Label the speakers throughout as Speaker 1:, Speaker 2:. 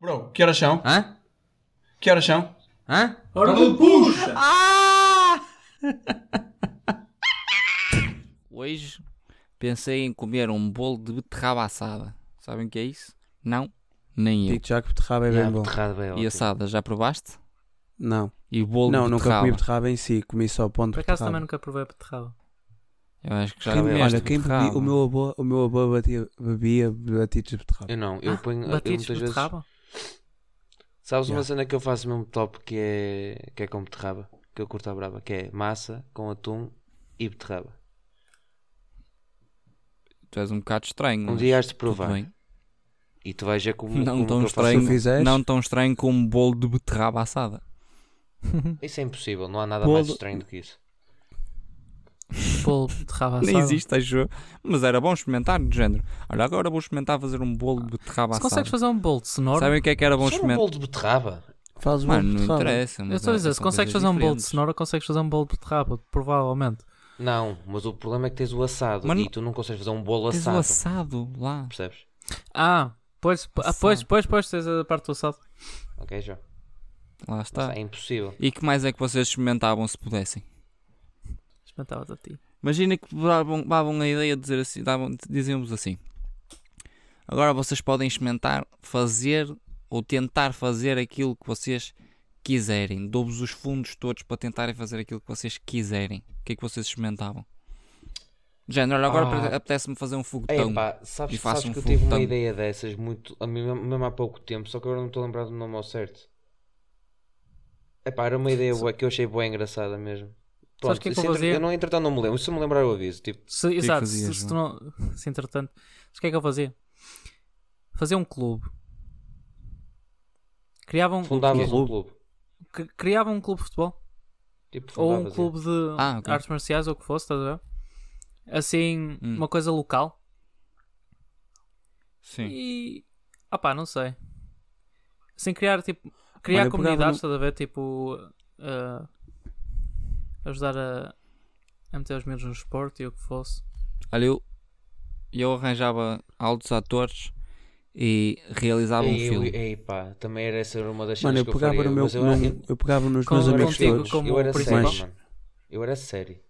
Speaker 1: Bro, que horas são?
Speaker 2: Hã?
Speaker 1: Que horas são?
Speaker 2: Hã?
Speaker 3: Ora não puxa!
Speaker 2: Ah! Hoje pensei em comer um bolo de beterraba assada. Sabem o que é isso? Não? Nem eu.
Speaker 4: Digo já que beterraba é bem bom.
Speaker 5: Beterraba é
Speaker 2: E
Speaker 5: ótimo.
Speaker 2: assada, já provaste?
Speaker 4: Não,
Speaker 2: E bolo
Speaker 4: não,
Speaker 2: de
Speaker 4: nunca comi
Speaker 2: beterraba?
Speaker 4: beterraba em si, comi só ponto de
Speaker 3: Por acaso
Speaker 4: beterraba.
Speaker 3: também nunca provei beterraba.
Speaker 2: Eu acho que já
Speaker 4: Quem-
Speaker 2: comeste
Speaker 4: olha, quem
Speaker 2: beterraba.
Speaker 4: bebia, o meu avô, o meu avô batia, bebia batidos de beterraba.
Speaker 5: Eu não, eu ponho. eu
Speaker 3: Batidos tipo de
Speaker 5: muitas vezes.
Speaker 3: beterraba?
Speaker 5: Sabes uma
Speaker 4: Yeah.
Speaker 5: cena que eu faço mesmo top que é, que é com beterraba? Que eu curto a brava, que é massa com atum e beterraba.
Speaker 2: Tu és um bocado estranho.
Speaker 5: Um
Speaker 2: mas
Speaker 5: dia has de
Speaker 2: tudo
Speaker 5: provar.
Speaker 2: bem.
Speaker 5: E tu vais ver como.
Speaker 2: Não tão,
Speaker 5: como que eu faço.
Speaker 2: estranho,
Speaker 4: tu fizeres-
Speaker 2: não tão estranho como um bolo de beterraba assada.
Speaker 5: Isso é impossível, não há nada
Speaker 4: Bolo-
Speaker 5: mais estranho do que isso.
Speaker 3: Bolo de beterraba assado.
Speaker 2: Nem existe, acho eu. Mas era bom experimentar, de género. Olha, agora vou experimentar fazer um bolo de beterraba
Speaker 3: Se
Speaker 2: assada.
Speaker 3: consegues fazer um bolo de cenoura,
Speaker 2: Sabem o que é que era bom
Speaker 5: Só um
Speaker 2: experimentar?
Speaker 5: bolo de beterraba.
Speaker 4: Fazes bolo
Speaker 2: Mano,
Speaker 4: de
Speaker 2: não
Speaker 4: beterraba.
Speaker 2: interessa. é
Speaker 3: eu estou a dizer, se consegues fazer um bolo de cenoura, consegues fazer um bolo de beterraba, provavelmente.
Speaker 5: Não, mas o problema é que tens o assado
Speaker 2: Mas
Speaker 5: e
Speaker 2: não-
Speaker 5: tu não consegues fazer um bolo
Speaker 2: Tens o
Speaker 5: assado.
Speaker 2: assado lá.
Speaker 5: Percebes?
Speaker 3: Ah, pois, ah,
Speaker 2: Assado.
Speaker 3: pois, pois, pois, tens a parte do assado.
Speaker 5: Ok, já.
Speaker 2: Lá está.
Speaker 5: É impossível.
Speaker 2: E que mais é que vocês experimentavam se pudessem?
Speaker 3: Experimentavas a ti.
Speaker 2: Imagina que davam, davam a ideia de dizer assim, davam, diziam-vos assim. Agora vocês podem experimentar fazer ou tentar fazer aquilo que vocês quiserem. Dou-vos os fundos todos para tentarem fazer aquilo que vocês quiserem. O que é que vocês experimentavam? Já, olha, agora
Speaker 5: Ah.
Speaker 2: apete- apetece-me fazer um foguetão.
Speaker 3: Então,
Speaker 5: Epá,
Speaker 2: e
Speaker 5: sabes,
Speaker 2: faço
Speaker 5: sabes
Speaker 2: um
Speaker 5: que eu tive uma
Speaker 2: fogo-tango.
Speaker 5: ideia dessas muito, a mim- mesmo há pouco tempo, só que agora não estou a lembrar do nome ao certo. Epá, era uma ideia boa que eu achei boa engraçada mesmo.
Speaker 3: Sabes o
Speaker 5: Pronto,
Speaker 3: que é que
Speaker 5: se
Speaker 3: eu
Speaker 5: entre-
Speaker 3: fazia?
Speaker 5: eu não entretanto não me lembro, se eu me lembrar eu aviso, tipo,
Speaker 3: Se,
Speaker 2: que
Speaker 3: exato,
Speaker 2: fazias,
Speaker 3: se, se tu não. Se entretanto. Sabes o que é que eu fazia? Fazia um clube. Criava um,
Speaker 5: fundavas
Speaker 4: quê?
Speaker 5: um clube.
Speaker 3: cri- criava um clube de futebol.
Speaker 5: Tipo,
Speaker 3: ou um
Speaker 5: fundavas, é.
Speaker 3: clube de
Speaker 2: Ah, ok.
Speaker 3: artes marciais ou o que fosse, estás a ver? Assim,
Speaker 2: Hum.
Speaker 3: uma coisa local.
Speaker 2: Sim.
Speaker 3: E. Ah pá, não sei. Assim, criar tipo. Criar
Speaker 4: Olha, eu pegava
Speaker 3: comunidades, estás a ver? Tipo. ah, ajudar a. a meter os medos no esporte e o que fosse.
Speaker 2: Olha, eu, eu arranjava altos atores e realizava um
Speaker 5: Ei, eu-
Speaker 2: filme.
Speaker 5: ei, pá, também era essa uma das
Speaker 4: Mano,
Speaker 5: cenas
Speaker 4: eu
Speaker 5: que eu
Speaker 4: pegava,
Speaker 5: faria,
Speaker 4: no meu,
Speaker 5: mas eu,
Speaker 4: num-
Speaker 5: eu-
Speaker 4: eu pegava nos
Speaker 3: Com-
Speaker 4: meus
Speaker 5: eu era
Speaker 4: amigos
Speaker 3: contigo
Speaker 4: todos.
Speaker 3: como
Speaker 5: eu era
Speaker 3: principal.
Speaker 5: sério, mano. Eu era sério,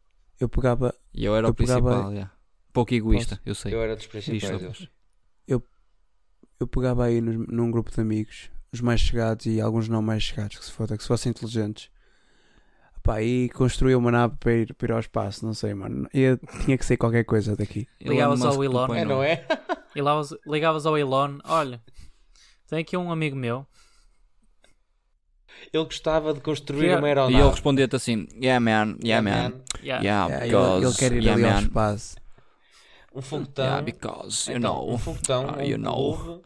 Speaker 4: Eu pegava,
Speaker 2: E eu era o
Speaker 4: Eu pegava-
Speaker 2: principal, já. Pouco egoísta, eu sei.
Speaker 5: eu era dos
Speaker 2: Diz,
Speaker 5: principais
Speaker 2: Lucas.
Speaker 5: deles.
Speaker 4: eu pegava aí nos- num grupo de amigos, os mais chegados e alguns não mais chegados, que se foda, que se fossem inteligentes. Pá, e construía uma nave para ir, para ir ao espaço, não sei, mano. Eu tinha que ser qualquer coisa daqui.
Speaker 2: Elon
Speaker 3: Ligavas ao
Speaker 2: Musk do
Speaker 3: Elon.
Speaker 2: Pai
Speaker 5: É,
Speaker 2: Noel.
Speaker 5: não é?
Speaker 3: E lá os- ligavas ao Elon: olha, tem aqui um amigo meu.
Speaker 5: Ele gostava de construir
Speaker 3: Criar-
Speaker 5: uma
Speaker 2: E ele
Speaker 5: aeronave.
Speaker 2: respondia-te assim: Yeah, man, yeah, man.
Speaker 3: Yeah.
Speaker 2: Yeah,
Speaker 4: É,
Speaker 2: Ah, because.
Speaker 4: ele, ele quer ir
Speaker 2: yeah,
Speaker 4: ali ao
Speaker 2: man.
Speaker 4: espaço.
Speaker 5: Um foguetão.
Speaker 2: Yeah, because, you
Speaker 5: Então,
Speaker 2: know.
Speaker 5: um foguetão,
Speaker 2: Ah,
Speaker 5: um
Speaker 2: you know.
Speaker 5: clube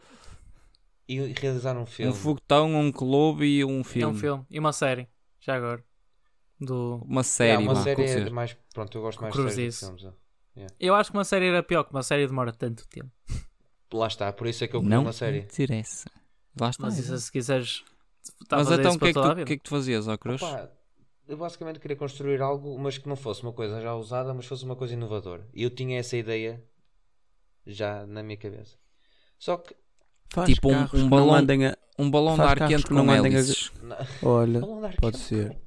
Speaker 5: e realizar um filme.
Speaker 2: Um foguetão, um clube e um
Speaker 3: É
Speaker 2: filme.
Speaker 3: um filme. E uma série, já agora. Do...
Speaker 2: Uma
Speaker 5: É,
Speaker 2: série,
Speaker 5: uma
Speaker 2: mano,
Speaker 5: série
Speaker 2: acontecer.
Speaker 5: de mais. Pronto, eu gosto mais
Speaker 3: Cruz
Speaker 5: de séries
Speaker 3: disse.
Speaker 5: do que filmes.
Speaker 3: Eu acho que uma série era pior, que uma série demora tanto tempo.
Speaker 5: é. Lá está, por isso é que eu queria
Speaker 2: Não
Speaker 5: uma série.
Speaker 2: interessa. Lá está.
Speaker 3: Mas isso, se quiseres. Tá
Speaker 2: Mas
Speaker 3: a fazer
Speaker 2: então
Speaker 3: isso
Speaker 2: o que,
Speaker 3: para
Speaker 2: é que
Speaker 3: toda a
Speaker 2: tu,
Speaker 3: vida.
Speaker 2: o que é que tu fazias, ó Cruz?
Speaker 5: Opa, eu basicamente queria construir algo, mas que não fosse uma coisa já usada, mas fosse uma coisa inovadora. E eu tinha essa ideia já na minha cabeça. Só que.
Speaker 4: Faz
Speaker 2: Tipo um-
Speaker 4: carros
Speaker 2: um
Speaker 4: que
Speaker 2: balão-
Speaker 4: não andem a...
Speaker 2: um balão de
Speaker 4: Faz
Speaker 2: ar
Speaker 4: carros
Speaker 2: quente
Speaker 4: que não
Speaker 2: com
Speaker 4: andem a-
Speaker 2: hélices.
Speaker 5: na-
Speaker 4: Olha,
Speaker 5: Vou andar aqui.
Speaker 4: pode ser.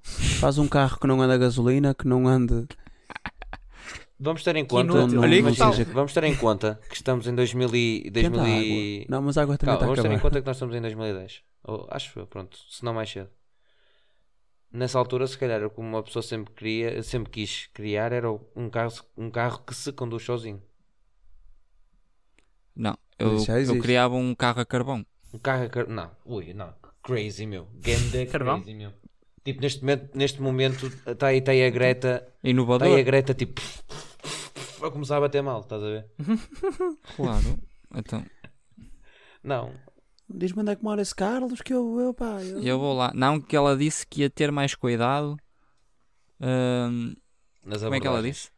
Speaker 4: Faz um carro que não anda a gasolina, que não ande...
Speaker 5: Vamos ter em conta.
Speaker 3: inútil.
Speaker 4: Olha aí que
Speaker 5: mas
Speaker 4: tal.
Speaker 5: Vamos ter em conta que estamos em 2000 e,
Speaker 4: Quente a
Speaker 5: 2000 e-
Speaker 4: é água. Não, mas a água também tá
Speaker 5: Calma,
Speaker 4: está a
Speaker 5: vamos ter em
Speaker 4: acabar.
Speaker 5: conta que nós estamos em 2010. Ou, acho eu, pronto, se não mais cedo. Nessa altura, se calhar, o que uma pessoa sempre queria, sempre quis criar era um carro, um carro que se conduz sozinho.
Speaker 2: Não, eu,
Speaker 4: Isso já
Speaker 2: eu
Speaker 4: existe.
Speaker 2: criava um carro a carvão.
Speaker 5: Um carro a car... Não, ui, não. Crazy, meu. Game day
Speaker 3: Carvão?
Speaker 5: crazy, meu. Tipo, neste momento, neste momento, está aí, tá aí a Greta, está aí a
Speaker 2: Inovador,
Speaker 5: Greta, tipo, vai começar a bater mal, estás a ver?
Speaker 2: claro. Então,
Speaker 5: Não.
Speaker 4: Diz-me onde é que mora esse Carlos, que eu, eu pá... eu-
Speaker 2: eu vou lá. Não que ela disse que ia ter mais cuidado. ahm,
Speaker 5: Nas
Speaker 2: Como é que ela
Speaker 5: abordagens.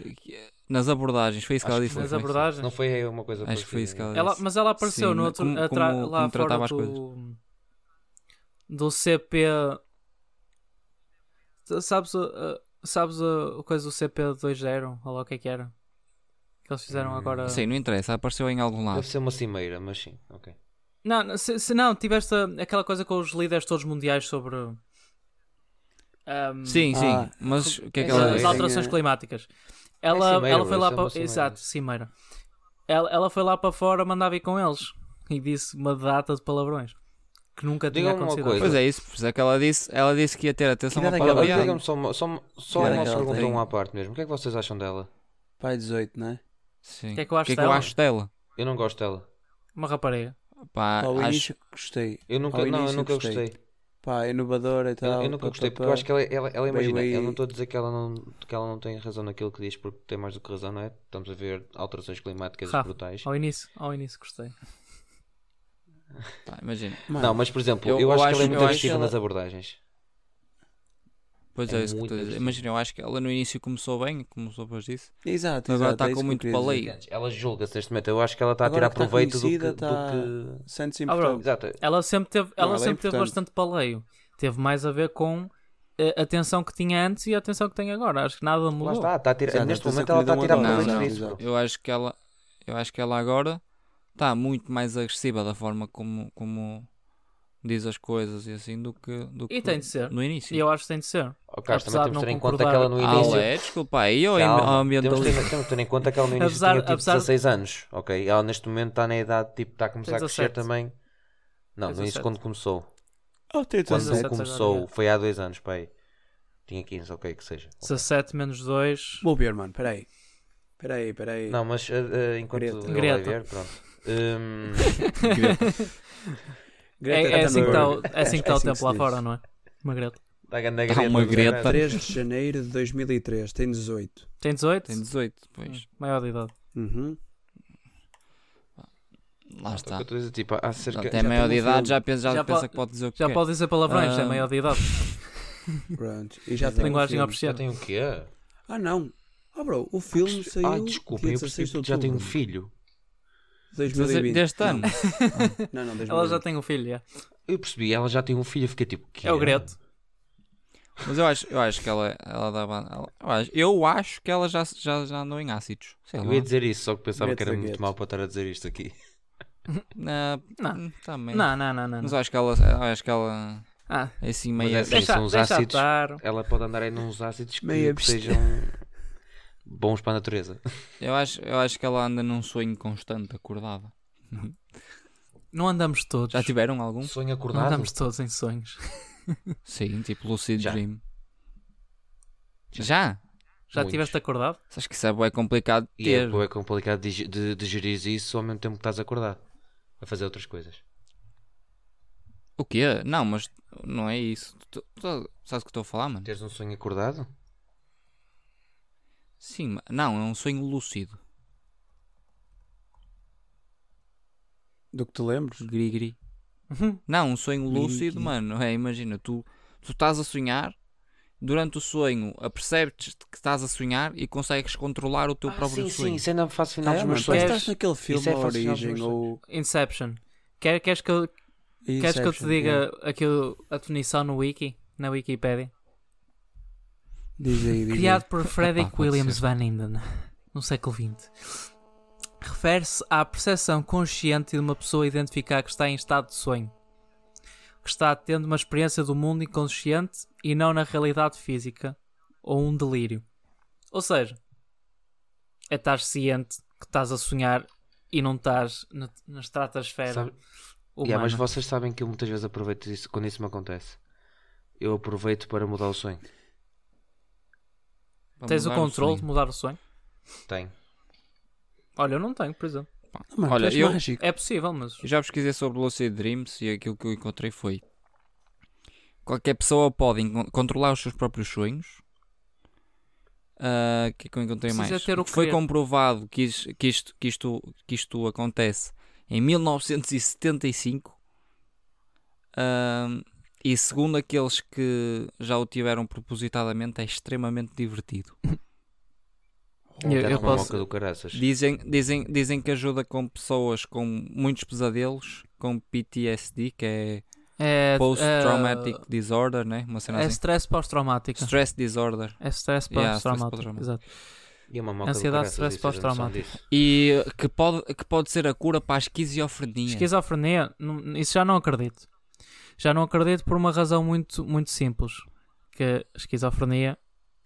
Speaker 2: disse? Que- Nas abordagens, foi isso que ela
Speaker 5: Acho que
Speaker 2: disse.
Speaker 5: foi,
Speaker 3: Nas
Speaker 2: foi isso.
Speaker 3: abordagens.
Speaker 5: Não foi aí uma coisa né?
Speaker 2: Acho que foi isso que ela disse.
Speaker 3: Ela, mas ela apareceu
Speaker 2: Sim,
Speaker 3: no outro,
Speaker 2: como-
Speaker 3: atra-
Speaker 2: como-
Speaker 3: lá
Speaker 2: como tratava
Speaker 3: fora
Speaker 2: as
Speaker 3: do, do CP. Tu Sabes, a- a- sabes a a coisa do CP20? Olha lá o que é que era. Que eles fizeram agora.
Speaker 2: Hum, Sim, não interessa, apareceu em algum lado.
Speaker 5: Deve ser uma cimeira, mas sim, ok.
Speaker 3: Não, não, se, se não, tiveste a- aquela coisa com os líderes todos mundiais sobre. um, ahm,
Speaker 2: Sim, sim.
Speaker 4: Ah.
Speaker 2: mas o que é que
Speaker 3: as-
Speaker 2: ela
Speaker 3: as
Speaker 5: dizem,
Speaker 3: alterações
Speaker 4: é-
Speaker 3: climáticas. Ela,
Speaker 5: cimeira,
Speaker 3: ela foi
Speaker 5: Luís,
Speaker 3: lá
Speaker 5: é uma
Speaker 3: para
Speaker 5: cimeira.
Speaker 3: exato cimeira. Ela, ela foi lá para fora mandar vir com eles e disse uma data de palavrões que nunca tinha
Speaker 5: Digam-me uma
Speaker 3: acontecido.
Speaker 5: coisa.
Speaker 2: Pois é, isso. Por isso é que ela disse, ela disse que ia ter atenção
Speaker 1: Que
Speaker 2: ao
Speaker 1: idade é que ela
Speaker 5: Olha,
Speaker 1: Fabiano.
Speaker 2: palavreado.
Speaker 5: Digam-me um- só uma, só uma, só
Speaker 1: Que era
Speaker 5: uma
Speaker 1: aquela
Speaker 5: pergunta,
Speaker 1: tem?
Speaker 5: uma à parte mesmo. O que é que vocês acham dela?
Speaker 4: Pai 18, não é?
Speaker 2: Sim.
Speaker 3: O que é que eu acho
Speaker 2: O
Speaker 3: dela?
Speaker 2: acho dela?
Speaker 5: Eu não gosto dela.
Speaker 3: Uma rapariga.
Speaker 2: Pá,
Speaker 4: Ao
Speaker 2: acho
Speaker 4: início gostei.
Speaker 5: Ah, Eu nunca,
Speaker 4: Ao
Speaker 5: não, eu
Speaker 4: início
Speaker 5: nunca
Speaker 4: gostei.
Speaker 5: gostei.
Speaker 4: Pá, inovadora e
Speaker 5: Eu,
Speaker 4: tal.
Speaker 5: eu nunca
Speaker 4: pá,
Speaker 5: gostei,
Speaker 4: pá,
Speaker 5: porque
Speaker 4: pá.
Speaker 5: eu acho que é- ela, ela, ela
Speaker 4: Bem,
Speaker 5: imagina,
Speaker 4: bem.
Speaker 5: eu não estou a dizer que ela não, que ela não tem razão naquilo que diz, porque tem mais do que razão, não é? Estamos a ver alterações climáticas
Speaker 3: Rafa,
Speaker 5: brutais.
Speaker 3: Ao início, ao início gostei.
Speaker 2: pá, imagina.
Speaker 4: Mano,
Speaker 5: Não, mas por exemplo,
Speaker 2: Eu-
Speaker 5: eu,
Speaker 2: eu
Speaker 5: acho,
Speaker 2: acho-
Speaker 5: que ela é
Speaker 2: eu
Speaker 5: muito
Speaker 2: acho
Speaker 5: agressiva
Speaker 2: que ela-
Speaker 5: nas abordagens.
Speaker 2: Pois
Speaker 5: É
Speaker 2: é, isso que eu
Speaker 5: muito
Speaker 2: estou a dizer.
Speaker 5: agressivo.
Speaker 2: Imagina, eu acho que ela no início começou bem, como depois disse.
Speaker 4: Exato,
Speaker 2: Agora
Speaker 4: exato.
Speaker 5: tá
Speaker 2: está
Speaker 4: é isso
Speaker 2: com
Speaker 4: que eu
Speaker 2: muito
Speaker 4: queria dizer.
Speaker 2: paleio.
Speaker 5: Ela julga-se neste momento. Eu acho que ela está a
Speaker 4: Agora
Speaker 5: tirar
Speaker 4: que está
Speaker 5: proveito do que.
Speaker 4: conhecida, tá- está-
Speaker 5: do
Speaker 4: Sente-se
Speaker 3: Ah, bro.
Speaker 4: importante.
Speaker 5: que- Exato.
Speaker 3: Ela sempre teve, ela
Speaker 4: ela é
Speaker 3: sempre teve
Speaker 4: importante.
Speaker 3: bastante paleio. Teve mais a ver com eh, a atenção que tinha antes e a atenção que tem agora. Acho que nada mudou.
Speaker 5: Lá está, está a tirar,
Speaker 4: Exato,
Speaker 5: neste
Speaker 4: essa
Speaker 5: momento ela está a
Speaker 4: comida
Speaker 5: tirar
Speaker 4: é uma
Speaker 2: droga,
Speaker 5: proveito
Speaker 4: exato,
Speaker 5: disso.
Speaker 4: exato.
Speaker 5: bro.
Speaker 2: Eu acho que ela, eu acho que ela agora está muito mais agressiva da forma como, como diz as coisas e assim do que, do
Speaker 3: E
Speaker 2: que
Speaker 3: tem de ser.
Speaker 2: no
Speaker 3: E
Speaker 2: início.
Speaker 3: eu acho que tem de ser.
Speaker 5: Oh, Carlos,
Speaker 3: Apesar
Speaker 5: também
Speaker 3: de
Speaker 5: temos
Speaker 3: não
Speaker 5: de ter em conta que
Speaker 3: concordar-
Speaker 5: ela no
Speaker 2: Ah,
Speaker 5: início.
Speaker 2: é, desculpa, aí eu
Speaker 5: Calma, temos, de
Speaker 2: ambientalista.
Speaker 5: ter, temos de ter em conta que ela no início
Speaker 3: Apesar-
Speaker 5: tinha tipo
Speaker 3: apesar de-
Speaker 5: 16 anos, ok? Ela neste momento está na idade, tipo, está a começar a crescer
Speaker 3: 17.
Speaker 5: também. Não, no início
Speaker 3: 17.
Speaker 5: quando começou.
Speaker 4: Oh, tem
Speaker 5: Quando é
Speaker 3: 17
Speaker 4: 17.
Speaker 5: começou,
Speaker 3: agora.
Speaker 5: foi há dois anos, pai. Tinha 15, ok, que seja.
Speaker 3: 17 menos 2.
Speaker 4: Vou ver, mano. Peraí. Peraí, peraí.
Speaker 5: Não, mas eh, eh, enquanto
Speaker 4: Greta.
Speaker 5: ele vai
Speaker 3: Greta.
Speaker 5: ver, pronto. Hum,
Speaker 3: É,
Speaker 4: Greta
Speaker 3: é assim que está o,
Speaker 4: Thunberg.
Speaker 3: é assim que tá o tempo
Speaker 4: se
Speaker 3: lá
Speaker 4: diz.
Speaker 3: fora, não é? Uma Greta.
Speaker 5: dá ganda
Speaker 2: Dá uma
Speaker 5: mas é
Speaker 2: Greta.
Speaker 5: verdade.
Speaker 4: 3 de janeiro de 2003. Tem 18.
Speaker 3: Tem 18?
Speaker 2: Tem 18, pois.
Speaker 3: Maior de idade.
Speaker 4: Uhum.
Speaker 2: Lá
Speaker 5: O que eu
Speaker 2: está.
Speaker 5: estou a dizer, tipo, há cerca-
Speaker 2: Já
Speaker 5: já
Speaker 2: tem
Speaker 5: tem
Speaker 2: maior
Speaker 5: um
Speaker 2: de
Speaker 5: filme.
Speaker 2: idade, já pensa, já
Speaker 3: Hum. Já
Speaker 2: pensa
Speaker 3: pode-
Speaker 2: que pode dizer o que
Speaker 3: Já
Speaker 2: quer.
Speaker 3: pode dizer palavrões, é
Speaker 2: Ah.
Speaker 3: maior de idade.
Speaker 4: Pronto. E já tem um
Speaker 3: Linguagem
Speaker 4: filme.
Speaker 5: Já
Speaker 3: apreciada.
Speaker 5: tem o quê?
Speaker 4: Ah, não. Ah, bro. O filme saiu.
Speaker 5: ah, desculpa,
Speaker 4: dia
Speaker 5: eu
Speaker 4: 16 de
Speaker 5: percebi que já tem um
Speaker 4: outubro.
Speaker 5: filho.
Speaker 4: 2020.
Speaker 2: Deste ano.
Speaker 4: Não, não, 2020.
Speaker 3: Ela já tem um filho, é.
Speaker 5: Eu percebi, ela já tem um filho, eu fiquei tipo, quê?
Speaker 3: É o Greto.
Speaker 2: Mas eu acho, eu acho que ela, ela dava. ela- eu, acho, eu acho que ela já, já, já andou em ácidos. Sei lá.
Speaker 5: Eu ia dizer isso, só que pensava que
Speaker 4: Greta
Speaker 5: era muito
Speaker 4: Greta.
Speaker 5: mal para estar a dizer isto aqui.
Speaker 2: Na-
Speaker 3: Não.
Speaker 2: Também.
Speaker 3: Não, não, não, não.
Speaker 2: Mas
Speaker 3: não.
Speaker 2: eu acho que ela. eu acho que ela.
Speaker 3: Ah,
Speaker 2: É assim
Speaker 5: Mas
Speaker 2: meio.
Speaker 5: é assim,
Speaker 3: deixa,
Speaker 5: são os
Speaker 3: deixa
Speaker 5: ácidos.
Speaker 3: estar.
Speaker 5: Ela pode andar aí nos ácidos que,
Speaker 4: Meia
Speaker 3: Tipo,
Speaker 5: que sejam bons para a natureza.
Speaker 2: Eu acho, eu acho que ela anda num sonho constante, acordada.
Speaker 3: Não andamos todos.
Speaker 2: Já tiveram algum?
Speaker 5: Um sonho
Speaker 3: não
Speaker 5: acordado.
Speaker 3: andamos todos em sonhos.
Speaker 2: Sim, tipo Lucid
Speaker 5: Já.
Speaker 2: Dream. Já?
Speaker 3: Já
Speaker 5: Muitos.
Speaker 3: tiveste acordado?
Speaker 2: Sabes que isso é bué complicado de
Speaker 5: E é,
Speaker 2: ter.
Speaker 5: bué complicado de, de, digerir isso ao mesmo tempo que estás acordado. A fazer outras coisas.
Speaker 2: O quê? Não, mas não é isso. Tu- tu- sabes o que estou a falar, mano?
Speaker 5: Teres um sonho acordado?
Speaker 2: Sim, ma- não, é um sonho lúcido.
Speaker 4: Do que te lembres?
Speaker 2: Grigri.
Speaker 5: Uhum.
Speaker 2: Não, um sonho lúcido, mano. É, imagina, tu, tu estás a sonhar, durante o sonho apercebes que estás a sonhar e consegues controlar o teu próprio
Speaker 5: Ah, sim,
Speaker 2: sonho.
Speaker 5: sim, isso ainda faço final
Speaker 4: Ah, é,
Speaker 5: dos
Speaker 4: mas
Speaker 5: meus
Speaker 4: tu
Speaker 5: sonhos.
Speaker 4: estás naquele filme
Speaker 5: é
Speaker 4: A
Speaker 5: fácil, já
Speaker 4: Origem
Speaker 5: vi os
Speaker 4: ou.
Speaker 3: Inception. Quer, queres, que eu, queres que eu te
Speaker 4: Inception,
Speaker 3: diga
Speaker 4: yeah.
Speaker 3: aqui o- a definição no wiki? Na Wikipédia?
Speaker 4: Diz aí, diz aí.
Speaker 3: Criado por Frederick
Speaker 2: pode
Speaker 3: Williams Van Inden no século XX. Refere-se à percepção consciente de uma pessoa identificar que está em estado de sonho, que está tendo uma experiência do mundo inconsciente e não na realidade física, ou um delírio. Ou seja, é estar ciente que estás a sonhar e não estás na, na estratosfera
Speaker 5: Sabe-
Speaker 2: é
Speaker 3: humana.
Speaker 5: Yeah, mas vocês sabem que eu muitas vezes aproveito isso quando isso me acontece. Eu aproveito para mudar o sonho.
Speaker 2: Para
Speaker 3: Tens o
Speaker 2: mudar
Speaker 3: controle de
Speaker 2: sonho.
Speaker 3: mudar o sonho?
Speaker 5: Tenho.
Speaker 3: Olha, eu não tenho, por exemplo.
Speaker 4: Não, mano,
Speaker 2: Olha,
Speaker 4: tu és
Speaker 2: eu-
Speaker 4: mágico.
Speaker 3: É possível, mas
Speaker 2: Eu já pesquisei sobre Lucid Dreams e aquilo que eu encontrei foi qualquer pessoa pode encon- controlar os seus próprios sonhos. Ah, O que é que eu encontrei
Speaker 3: Precisa
Speaker 2: mais?
Speaker 3: ter o que
Speaker 2: Foi
Speaker 3: querer.
Speaker 2: comprovado que, is- que isto, que, isto, que isto acontece em 1975 Ah, e segundo aqueles que já o tiveram propositadamente é extremamente divertido.
Speaker 3: eu,
Speaker 5: Até
Speaker 3: eu
Speaker 5: com uma
Speaker 3: posso,
Speaker 5: moca do caraças.
Speaker 2: Dizem, dizem, dizem que ajuda com pessoas com muitos pesadelos, com PTSD, que é
Speaker 3: É,
Speaker 2: Post-traumatic
Speaker 3: eh,
Speaker 2: disorder, né? Uma cena
Speaker 3: É
Speaker 2: assim.
Speaker 3: stress pós-traumático.
Speaker 2: Stress disorder.
Speaker 3: É stress
Speaker 2: Yeah, stress
Speaker 3: pós-traumático.
Speaker 2: pós-traumático.
Speaker 3: Exato.
Speaker 5: E uma moca do
Speaker 3: Ansiedade,
Speaker 5: caraças,
Speaker 3: stress
Speaker 5: isso, é a gente sabe
Speaker 3: pós-traumático.
Speaker 5: disso.
Speaker 2: E que pode, que pode ser a cura para a esquizofrenia.
Speaker 3: Esquizofrenia, não- isso já não acredito. Já não acredito por uma razão muito, muito simples. Que a esquizofrenia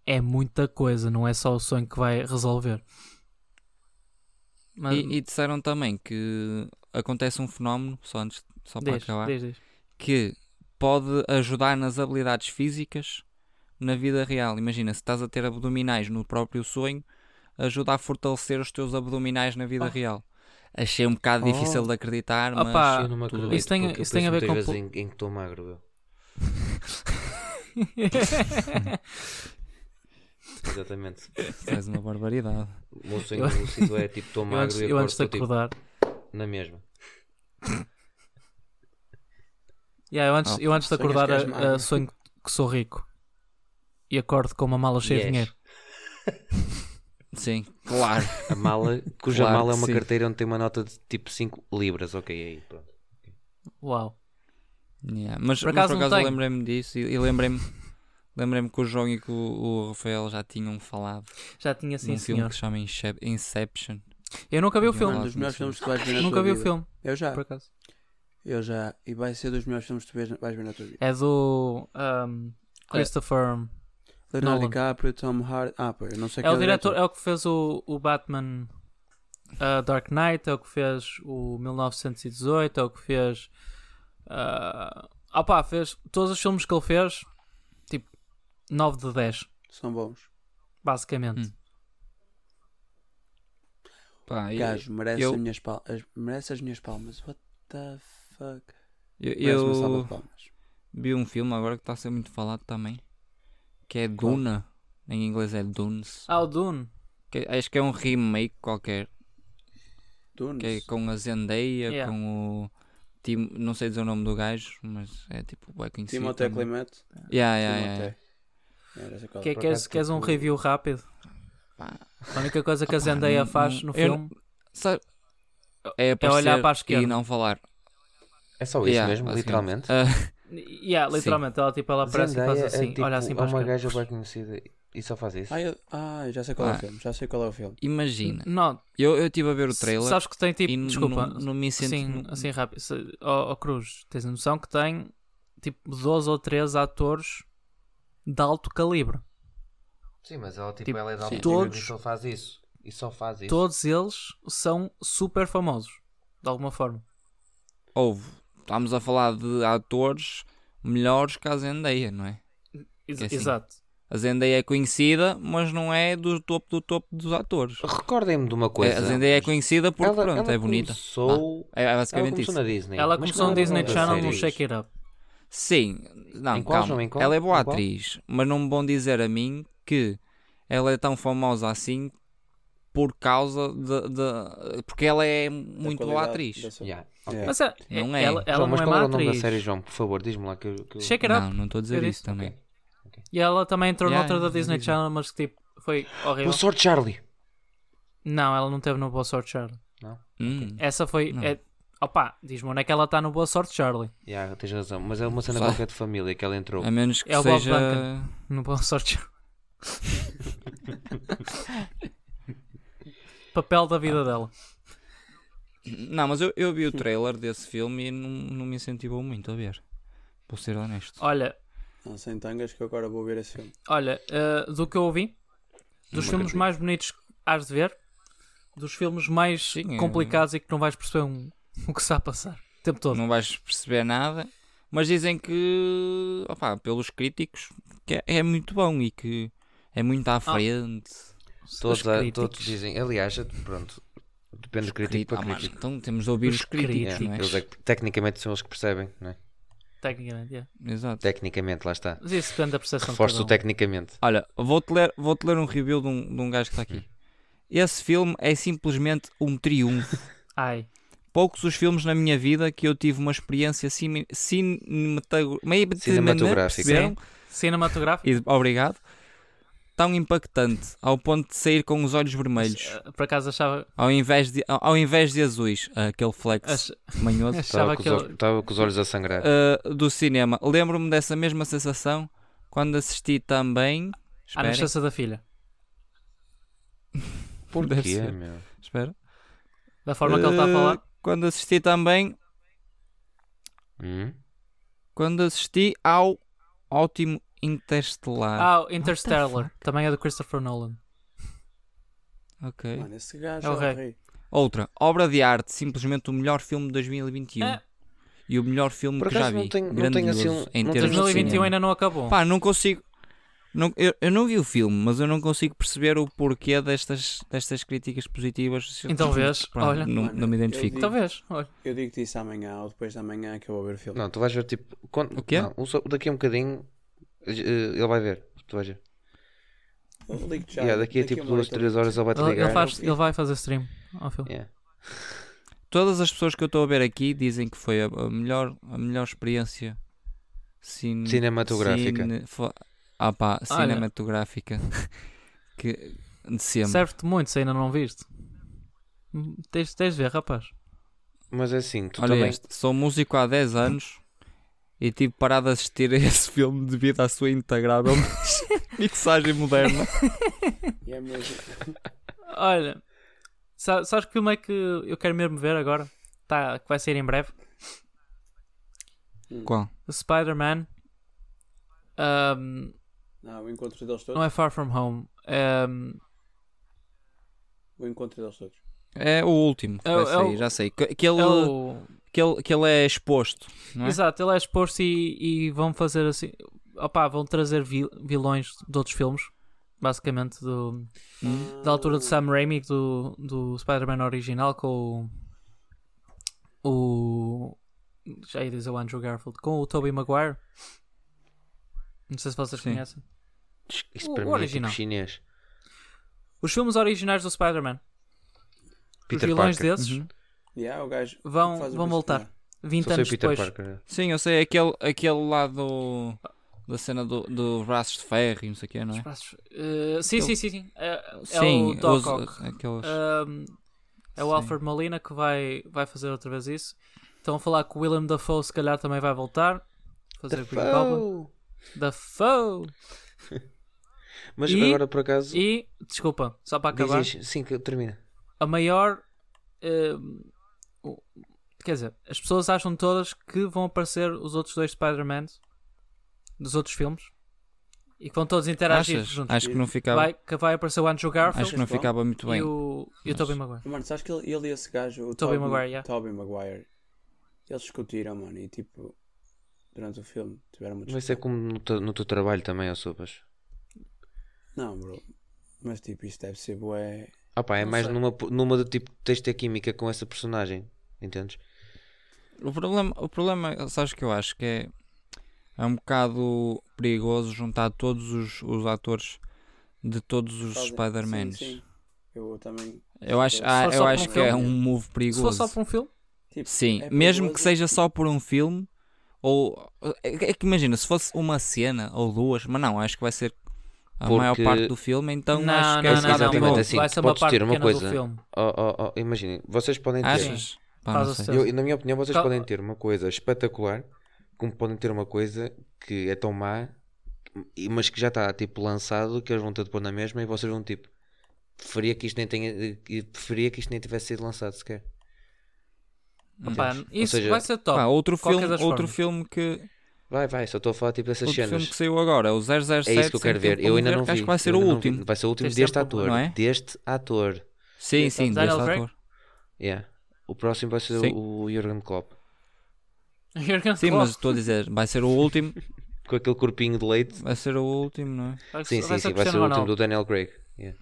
Speaker 3: é muita coisa, não é só o sonho que vai resolver. Mas,
Speaker 2: E, e disseram também que acontece um fenómeno, só, antes, só para
Speaker 3: diz,
Speaker 2: acabar,
Speaker 3: diz, diz.
Speaker 2: que pode ajudar nas habilidades físicas na vida real. Imagina, se estás a ter abdominais no próprio sonho, ajuda a fortalecer os teus abdominais na vida
Speaker 3: Oh.
Speaker 2: real. Achei um bocado
Speaker 4: Oh.
Speaker 2: difícil de acreditar,
Speaker 3: Opa,
Speaker 2: mas
Speaker 3: Ah,
Speaker 5: Eu não me
Speaker 2: tudo
Speaker 5: acredito.
Speaker 2: bem.
Speaker 3: Isso tem-
Speaker 5: porque eu
Speaker 3: isso tem a
Speaker 5: penso
Speaker 3: ver
Speaker 5: muitas
Speaker 3: com
Speaker 5: vezes em, em que estou magro. Eu. Exatamente.
Speaker 2: faz uma barbaridade.
Speaker 5: O meu sonho
Speaker 3: Eu-
Speaker 5: lúcido é tipo estou
Speaker 3: eu
Speaker 5: magro
Speaker 3: antes,
Speaker 5: e
Speaker 3: eu tá antes de
Speaker 5: acordo estou,
Speaker 3: acordar,
Speaker 5: tipo, na mesma.
Speaker 3: Yeah, eu antes,
Speaker 2: Oh,
Speaker 3: eu antes de
Speaker 4: sonhas
Speaker 3: acordar
Speaker 4: que és
Speaker 3: a- a
Speaker 4: magro.
Speaker 3: sonho que sou rico e acordo com uma mala cheia de
Speaker 5: Yes.
Speaker 3: dinheiro.
Speaker 2: Sim, claro.
Speaker 5: A mala, cuja
Speaker 2: Claro
Speaker 5: mala é
Speaker 2: que
Speaker 5: uma
Speaker 2: sim.
Speaker 5: carteira onde tem uma nota de tipo 5 libras. Ok, aí pronto.
Speaker 3: Uau.
Speaker 2: Yeah, Mas mas
Speaker 3: Por
Speaker 2: por
Speaker 3: acaso
Speaker 2: acaso,
Speaker 3: não
Speaker 2: eu
Speaker 3: tenho.
Speaker 2: lembrei-me disso e, e lembrei-me lembrei que o João e que o, o Rafael já tinham falado
Speaker 3: Já tinha
Speaker 2: num
Speaker 3: sim,
Speaker 2: filme
Speaker 3: senhor.
Speaker 2: que se chama Incep- Inception.
Speaker 3: Eu nunca vi
Speaker 2: Não,
Speaker 3: o
Speaker 4: É um
Speaker 3: filme.
Speaker 4: dos melhores filmes que tu vais ver na tua
Speaker 3: Nunca vi o
Speaker 4: vida.
Speaker 3: filme,
Speaker 4: Eu já.
Speaker 3: por acaso.
Speaker 4: Eu já. E vai ser dos melhores filmes que tu vês- vais ver na tua vida.
Speaker 3: É do ahm, Christopher. é
Speaker 4: Leonardo
Speaker 3: Nolan.
Speaker 4: DiCaprio, Tom Hardy. Ah, pô, eu não sei
Speaker 3: É o diretor, é o que fez o, o Batman ah, Dark Knight, é o que fez o 1918, é o que fez. ah opá, fez todos os filmes que ele fez, tipo 9 de 10,
Speaker 4: São bons.
Speaker 3: basicamente.
Speaker 2: Hum. Pá, e-
Speaker 4: Gajo, merece,
Speaker 2: eu-
Speaker 4: a minhas pal... as... merece as minhas palmas. What the fuck?
Speaker 2: eu-
Speaker 4: Merece uma salva
Speaker 2: eu
Speaker 4: de palmas.
Speaker 2: vi um filme agora que está a ser muito falado também, que é Duna. Em inglês é Dunes.
Speaker 3: Ah, o Dune.
Speaker 2: Que- acho que é um remake qualquer.
Speaker 4: Dunes.
Speaker 2: Que é com a Zendaya,
Speaker 3: Yeah.
Speaker 2: com o. Tim, não sei dizer o nome do gajo, mas é tipo. É conhecido.
Speaker 4: Timothée
Speaker 2: também.
Speaker 4: Clement.
Speaker 2: Yeah, yeah, yeah, yeah.
Speaker 4: Timothée. Era essa qual-
Speaker 3: Que é,
Speaker 5: por
Speaker 3: queres,
Speaker 5: acaso,
Speaker 3: queres um
Speaker 5: tipo-
Speaker 3: review rápido?
Speaker 2: Pá.
Speaker 3: A única coisa que a
Speaker 2: Opá,
Speaker 3: Zendaya
Speaker 2: não-
Speaker 3: faz
Speaker 2: não-
Speaker 3: no
Speaker 2: eu
Speaker 3: filme
Speaker 2: Sabe, é,
Speaker 3: é olhar
Speaker 2: aparecer
Speaker 3: para a esquerda.
Speaker 2: e não falar.
Speaker 5: É só isso
Speaker 2: Yeah,
Speaker 5: mesmo,
Speaker 2: basicamente.
Speaker 5: literalmente.
Speaker 2: Ah,
Speaker 3: Yeah, literalmente, ela, tipo, ela aparece e
Speaker 5: Zendaya
Speaker 3: faz assim,
Speaker 5: é, tipo,
Speaker 3: olha assim
Speaker 5: é
Speaker 3: para a
Speaker 5: uma
Speaker 3: esquerda.
Speaker 5: gaja bem conhecida e só faz isso.
Speaker 4: Ah, eu... ah, eu já sei qual é
Speaker 2: Ah.
Speaker 4: o filme. Já sei qual é o filme.
Speaker 2: imagina,
Speaker 3: Não,
Speaker 2: eu eu estive a ver o trailer
Speaker 3: sabes que tem tipo,
Speaker 2: e n-
Speaker 3: desculpa,
Speaker 2: não, não me senti.
Speaker 3: assim,
Speaker 2: não-
Speaker 3: assim rápido, se, ó- ó Cruz, tens a noção que tem tipo 12 ou 13 atores de alto calibre,
Speaker 5: Sim, mas ela, tipo,
Speaker 3: Tipo,
Speaker 5: ela é de
Speaker 4: sim.
Speaker 5: alto
Speaker 3: Todos-
Speaker 5: e só faz isso. E só faz isso.
Speaker 3: todos eles são super famosos, de alguma forma.
Speaker 2: Houve, estamos a falar de atores melhores que a Zendaya, não é?
Speaker 3: Ex-
Speaker 2: É assim.
Speaker 3: Exato.
Speaker 2: A Zendaya é conhecida, mas não é do topo do topo dos atores.
Speaker 5: Recordem-me de uma coisa.
Speaker 2: a Zendaya é conhecida porque,
Speaker 5: Ela-
Speaker 2: pronto,
Speaker 5: ela
Speaker 2: é bonita.
Speaker 5: Começou...
Speaker 2: É é
Speaker 5: Ela
Speaker 2: basicamente
Speaker 5: começou
Speaker 2: isso.
Speaker 5: na Disney.
Speaker 3: Ela
Speaker 5: Mas
Speaker 3: começou no
Speaker 5: quando
Speaker 2: é
Speaker 5: ela
Speaker 3: Disney
Speaker 5: era
Speaker 3: Channel
Speaker 5: série?
Speaker 3: no Shake It Up.
Speaker 2: Sim, não,
Speaker 5: Em qual,
Speaker 2: calma.
Speaker 5: João, em qual?
Speaker 2: Ela é boa
Speaker 5: Em qual?
Speaker 2: atriz, mas não me vão dizer a mim que ela é tão famosa assim por causa de. de- porque ela é
Speaker 4: Da
Speaker 2: muito boa
Speaker 4: qualidade
Speaker 2: atriz.
Speaker 4: da sua-
Speaker 5: Yeah.
Speaker 4: Yeah.
Speaker 3: Mas é,
Speaker 2: Não é.
Speaker 3: ela, ela
Speaker 5: João,
Speaker 3: não
Speaker 5: mas
Speaker 3: é
Speaker 5: qual
Speaker 3: má
Speaker 5: era o nome da
Speaker 3: atriz.
Speaker 5: série, João? Por favor, diz-me lá que eu... Que eu...
Speaker 3: Shake It Up.
Speaker 2: Não, não estou a dizer
Speaker 3: Eu
Speaker 2: isso
Speaker 3: disse,
Speaker 2: também.
Speaker 5: Ok.
Speaker 3: E ela também entrou
Speaker 2: Yeah,
Speaker 3: noutra da
Speaker 2: yeah,
Speaker 3: Disney
Speaker 2: Disney.
Speaker 3: Channel, mas que tipo, foi horrível.
Speaker 5: Boa sorte, Charlie.
Speaker 3: Não, ela não teve no Boa Sorte Charlie.
Speaker 2: Hum.
Speaker 3: Essa foi.
Speaker 2: Não.
Speaker 3: É... Opa, diz-me onde é que ela está no Boa Sorte Charlie.
Speaker 5: Yeah, tens razão. Mas é uma cena
Speaker 2: Sabe?
Speaker 5: qualquer de família que ela entrou.
Speaker 2: A menos que
Speaker 3: É o Bob
Speaker 2: seja.
Speaker 3: Duncan. No Boa Sorte Charlie. Papel da vida dela.
Speaker 2: Não, mas eu, eu vi o trailer desse filme e não, não me incentivou muito a ver. Vou ser honesto.
Speaker 3: Olha,
Speaker 4: Não Ah, sem tangas que eu agora vou ver esse filme.
Speaker 3: olha, eh, do que eu ouvi, dos filmes mais bonitos que has de ver, dos filmes mais
Speaker 2: Sim, é-
Speaker 3: complicados e que não vais perceber um- o que está a passar o tempo todo.
Speaker 2: Não vais perceber nada. Mas dizem que. opá, pelos críticos, que é, é muito bom e que é muito à frente.
Speaker 5: Todos,
Speaker 3: Os
Speaker 5: a-
Speaker 3: críticos.
Speaker 5: todos dizem. Aliás, pronto. Depende do crítico
Speaker 2: Crítico,
Speaker 5: para
Speaker 2: ah, mano,
Speaker 5: crítico.
Speaker 2: então temos de ouvir
Speaker 3: Os
Speaker 2: os, críticos,
Speaker 3: críticos.
Speaker 2: não é?
Speaker 5: Eles é que, tecnicamente são eles que percebem, não é?
Speaker 3: Tecnicamente, yeah.
Speaker 2: Exato.
Speaker 5: Tecnicamente, lá está.
Speaker 3: Mas isso depende da percepção de
Speaker 5: Reforço
Speaker 3: cada
Speaker 5: o
Speaker 3: um.
Speaker 5: tecnicamente.
Speaker 2: Olha, vou-te ler, vou ler um review de um, de um gajo que está aqui. Esse filme é simplesmente um triunfo.
Speaker 3: Ai,
Speaker 2: Poucos os filmes na minha vida que eu tive uma experiência cine- cinematago- meio-
Speaker 5: Cinematográfica.
Speaker 2: perceberam?
Speaker 3: cinematográfico.
Speaker 2: E- obrigado. Tão impactante, ao ponto de sair com os olhos vermelhos,
Speaker 3: Eh, Por acaso achava,
Speaker 2: ao invés de, ao, ao invés de azuis, aquele flex
Speaker 3: ach-
Speaker 2: manhoso.
Speaker 3: achava
Speaker 5: Estava com,
Speaker 3: que
Speaker 5: os olhos-
Speaker 3: ele.
Speaker 5: estava com os olhos a sangrar.
Speaker 2: Uh, do cinema. Lembro-me dessa mesma sensação quando assisti também.
Speaker 3: À
Speaker 2: Esperem,
Speaker 3: nascença da filha.
Speaker 2: Deve
Speaker 5: Porquê,
Speaker 2: ser.
Speaker 5: meu?
Speaker 2: Espera.
Speaker 3: Da forma que ele está a falar.
Speaker 2: Eh, Quando assisti também,
Speaker 5: Hum?
Speaker 2: quando assisti ao ótimo Interstellar.
Speaker 3: Ah, o Interstellar. Também é do Christopher Nolan.
Speaker 2: Ok.
Speaker 4: Mano, esse gajo
Speaker 3: É o rei.
Speaker 2: Outra, obra de arte, simplesmente o melhor filme de 2021.
Speaker 3: Ah.
Speaker 2: E o melhor filme
Speaker 5: Por
Speaker 2: que já
Speaker 5: acaso
Speaker 2: vi.
Speaker 5: não tenho- não tenho
Speaker 2: Grandioso
Speaker 5: assim um-
Speaker 2: em termos
Speaker 5: não
Speaker 2: de
Speaker 5: tenho-
Speaker 3: 2021
Speaker 2: cinema.
Speaker 3: ainda não acabou.
Speaker 2: Pá, não consigo. não- eu, eu não vi o filme, mas eu não consigo perceber o porquê destas, destas críticas positivas.
Speaker 3: Então vês,
Speaker 2: Pronto,
Speaker 3: olha.
Speaker 2: Não,
Speaker 4: Mano,
Speaker 2: não me
Speaker 4: eu
Speaker 2: identifico.
Speaker 4: digo-
Speaker 3: Talvez. Olha.
Speaker 4: Eu digo-te isso amanhã ou depois de amanhã que eu vou ver o filme.
Speaker 5: Não, tu vais ver tipo. Quando...
Speaker 2: O quê?
Speaker 5: Não, um só- daqui a um bocadinho eh, ele vai ver. Tu vais ver.
Speaker 4: Eu ligo-te já.
Speaker 5: Yeah, daqui a tipo
Speaker 4: uma
Speaker 5: duas,
Speaker 4: horita.
Speaker 5: três horas ele vai te
Speaker 3: Ele,
Speaker 5: ligar.
Speaker 3: ele faz, ele vai fazer stream ao filme.
Speaker 5: Yeah.
Speaker 2: Todas as pessoas que eu estou a ver aqui dizem que foi a, a melhor, a melhor experiência cine-
Speaker 5: Cinematográfica.
Speaker 2: cine- fo- ah pá,
Speaker 3: Olha.
Speaker 2: cinematográfica que, de sempre.
Speaker 3: Serve-te muito se ainda não viste. Hum, Tens, tens de ver, rapaz.
Speaker 5: Mas é assim, tu
Speaker 2: Olha
Speaker 5: também.
Speaker 2: este, sou músico há 10 anos e tive parado de assistir a esse filme devido à sua integrável mixagem moderna.
Speaker 4: E é mesmo.
Speaker 3: Olha, sa- sabes que filme é que eu quero mesmo ver agora? Tá, que vai sair em breve.
Speaker 2: Qual?
Speaker 3: O Spider-Man. Ahm,
Speaker 4: Não, o encontro deles todos.
Speaker 3: não é Far From Home. é, um, Ahm,
Speaker 4: O encontro deles todos.
Speaker 2: É o último, que
Speaker 3: É
Speaker 2: vai
Speaker 3: o- é
Speaker 2: sair,
Speaker 3: o-
Speaker 2: já sei. Que, que ele,
Speaker 3: é o-
Speaker 2: que, ele, que ele é exposto, não é?
Speaker 3: Exato, ele é exposto e, e vão fazer assim. Opá, vão trazer vil- vilões de outros filmes. Basicamente, do, da altura de Sam Raimi, do, do Spider-Man original, com o. o já ia dizer o Andrew Garfield, com o Tobey Maguire. Não sei se vocês
Speaker 2: Sim.
Speaker 3: conhecem.
Speaker 5: Isso
Speaker 3: o-
Speaker 5: para
Speaker 3: o
Speaker 5: mim é tipo
Speaker 3: original.
Speaker 5: chinês.
Speaker 3: Os filmes originais do Spider-Man, os
Speaker 5: Peter
Speaker 3: vilões
Speaker 5: Parker.
Speaker 3: desses,
Speaker 2: Uhum.
Speaker 4: Yeah, o gajo
Speaker 3: Vão-
Speaker 4: faz o
Speaker 3: vão
Speaker 4: bicho-
Speaker 3: voltar.
Speaker 4: Yeah.
Speaker 3: 20
Speaker 5: Só sei
Speaker 3: anos
Speaker 5: o Peter
Speaker 3: depois.
Speaker 5: Parker.
Speaker 2: Sim, eu sei, é aquele, aquele lá do, da cena do, do braços de ferro e não sei o que, não
Speaker 3: Os
Speaker 2: é?
Speaker 3: braços. Eh, sim, sim, sim, sim. É, é
Speaker 2: Sim,
Speaker 3: o Doc
Speaker 2: os-
Speaker 3: Ock.
Speaker 2: aqueles.
Speaker 3: Um, é o
Speaker 2: Sim.
Speaker 3: Alfred Molina que vai, vai fazer outra vez isso. Estão a falar que o Willem Dafoe se calhar também vai voltar. Fazer Green Goblin.
Speaker 5: Dafoe!
Speaker 3: Dafoe!
Speaker 5: Mas
Speaker 3: E-
Speaker 5: agora por acaso.
Speaker 3: E, desculpa, só para acabar,
Speaker 5: dizes, sim, que termina.
Speaker 3: a maior. um, o- quer dizer, as pessoas acham todas que vão aparecer os outros dois Spider-Man dos outros filmes e que vão todos interagir
Speaker 2: Achas?
Speaker 3: juntos.
Speaker 2: Acho que não ficava,
Speaker 3: Vai, que vai aparecer o Andrew Garfield
Speaker 2: acho que não
Speaker 4: Bom.
Speaker 2: ficava muito bem.
Speaker 3: e o, e o
Speaker 2: Mas-
Speaker 3: Tobey Maguire.
Speaker 4: Mano, sabes que ele, ele e esse gajo, o
Speaker 3: Tobey
Speaker 4: Tobey
Speaker 3: Maguire, yeah.
Speaker 4: Tobey Maguire, eles discutiram, mano, e tipo, durante o filme tiveram muitos.
Speaker 5: Mas isso é como no, teu- no teu trabalho também, ó sopas.
Speaker 4: Não, bro. Mas tipo, isto deve ser bué.
Speaker 5: Ah pá, é
Speaker 3: Não
Speaker 5: mais
Speaker 3: sei.
Speaker 5: numa, numa do tipo, tens de ter química com essa personagem. Entendes?
Speaker 2: O problema, o problema, sabes que eu acho que é, é um bocado perigoso juntar todos os, os atores de todos os
Speaker 4: Fazem-
Speaker 2: Spider-Mans.
Speaker 4: Sim, sim. Eu também.
Speaker 2: Eu acho,
Speaker 4: Se
Speaker 2: ah,
Speaker 3: for
Speaker 2: eu
Speaker 3: só
Speaker 2: acho
Speaker 3: para um
Speaker 2: que é
Speaker 4: filme.
Speaker 2: um move
Speaker 3: Se for
Speaker 2: perigoso.
Speaker 3: só para um filme,
Speaker 4: Tipo,
Speaker 2: Sim,
Speaker 4: é
Speaker 2: mesmo que
Speaker 4: perigoso.
Speaker 2: seja só por um filme, ou é é que imagina, se fosse uma cena ou duas, mas não, acho que vai ser a
Speaker 5: Porque-
Speaker 2: maior parte do filme, então
Speaker 3: não,
Speaker 2: acho que é
Speaker 3: não,
Speaker 2: um bocado
Speaker 3: não, não,
Speaker 5: exatamente
Speaker 2: perigoso.
Speaker 5: assim.
Speaker 3: vai ser uma
Speaker 5: Podes
Speaker 3: parte
Speaker 5: ter uma
Speaker 3: pequena do
Speaker 5: coisa.
Speaker 3: filme.
Speaker 5: Oh, oh, oh, imaginem, vocês podem ter.
Speaker 3: Ah,
Speaker 2: Achas? Pá,
Speaker 3: Faz
Speaker 2: não
Speaker 3: o
Speaker 2: sei.
Speaker 3: seu.
Speaker 5: Eu, na minha opinião, vocês
Speaker 3: Cal-
Speaker 5: podem ter uma coisa espetacular, como podem ter uma coisa que é tão má, e- mas que já está tipo lançado, que eles vão ter de pôr na mesma e vocês vão tipo. Preferia que isto nem tenha. e Preferia que isto nem tivesse sido lançado sequer.
Speaker 3: Opa,
Speaker 5: Entendes? Ou
Speaker 3: isso
Speaker 5: seja,
Speaker 3: vai ser top.
Speaker 2: Pá, outro
Speaker 3: Qualquer
Speaker 2: filme,
Speaker 3: das
Speaker 2: outro
Speaker 3: formas.
Speaker 2: filme que
Speaker 5: Vai, vai, só estou a falar tipo dessas
Speaker 2: outro filme
Speaker 5: cenas.
Speaker 2: que saiu agora, é o 007.
Speaker 5: É isso que eu quero
Speaker 2: sem
Speaker 5: ver.
Speaker 2: tempo
Speaker 5: Eu
Speaker 2: a
Speaker 5: ainda
Speaker 2: morrer,
Speaker 5: não
Speaker 2: que
Speaker 5: vi.
Speaker 2: Acho que vai ser
Speaker 5: Eu
Speaker 2: o
Speaker 5: ainda não vi.
Speaker 2: último.
Speaker 5: Vai ser o último
Speaker 3: Tens
Speaker 5: deste
Speaker 3: tempo,
Speaker 5: ator.
Speaker 2: não é?
Speaker 5: Deste ator.
Speaker 2: Sim, sim,
Speaker 3: Daniel
Speaker 2: deste
Speaker 3: Craig?
Speaker 2: ator.
Speaker 5: Yeah. O próximo vai ser
Speaker 2: Sim.
Speaker 5: o, o Jurgen Klopp.
Speaker 3: Jurgen
Speaker 2: Sim,
Speaker 3: Klopp.
Speaker 2: mas estou a dizer, vai ser o último,
Speaker 5: Com aquele corpinho de leite.
Speaker 2: vai ser o último, não é?
Speaker 3: Vai-
Speaker 5: Sim, sim,
Speaker 3: vai ser
Speaker 5: sim. Vai ser
Speaker 3: Cristiano
Speaker 5: o último do
Speaker 3: Ronaldo.
Speaker 5: Daniel Craig. Yeah.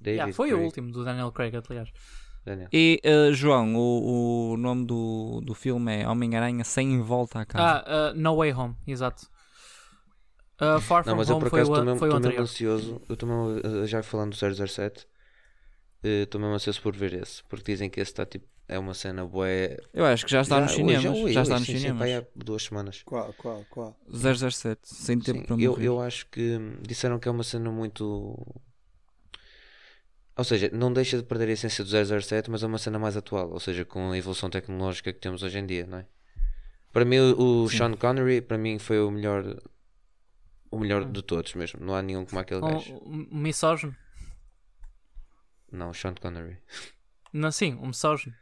Speaker 3: Yeah,
Speaker 5: David
Speaker 3: foi o
Speaker 5: Craig.
Speaker 3: último do Daniel Craig, tá aliás.
Speaker 5: Daniel.
Speaker 2: E eh, João, o, o nome do, do filme é Homem-Aranha sem volta à casa.
Speaker 3: Ah, uh, No Way Home, exato. Uh, Far
Speaker 5: Não,
Speaker 3: From
Speaker 5: mas eu
Speaker 3: Home
Speaker 5: por
Speaker 3: foi
Speaker 5: acaso
Speaker 3: o,
Speaker 5: estou mesmo,
Speaker 3: foi o
Speaker 5: tô mesmo
Speaker 3: anterior.
Speaker 5: ansioso. Eu estou mesmo, eh, já falando do 007, estou eh, mesmo ansioso por ver esse. Porque dizem que esse está tipo. É uma cena boa.
Speaker 2: Eu acho que já está nos cinemas. Já, está nos
Speaker 5: Sim,
Speaker 2: cinemas.
Speaker 5: pá, há duas semanas.
Speaker 4: Qual, qual, qual?
Speaker 2: 007, sem tempo
Speaker 5: Sim,
Speaker 2: para
Speaker 5: eu,
Speaker 2: morrer.
Speaker 5: eu acho que hum, disseram que é uma cena muito. Ou seja, não deixa de perder a essência do 007, mas é uma cena mais atual. Ou seja, com a evolução tecnológica que temos hoje em dia, não é? Para mim, o, o Sean Connery, para mim, foi o melhor. O melhor de todos mesmo. Não há nenhum como aquele gajo.
Speaker 3: Um, um misógino.
Speaker 5: Não, Sean Connery.
Speaker 3: Não, sim, um misógino.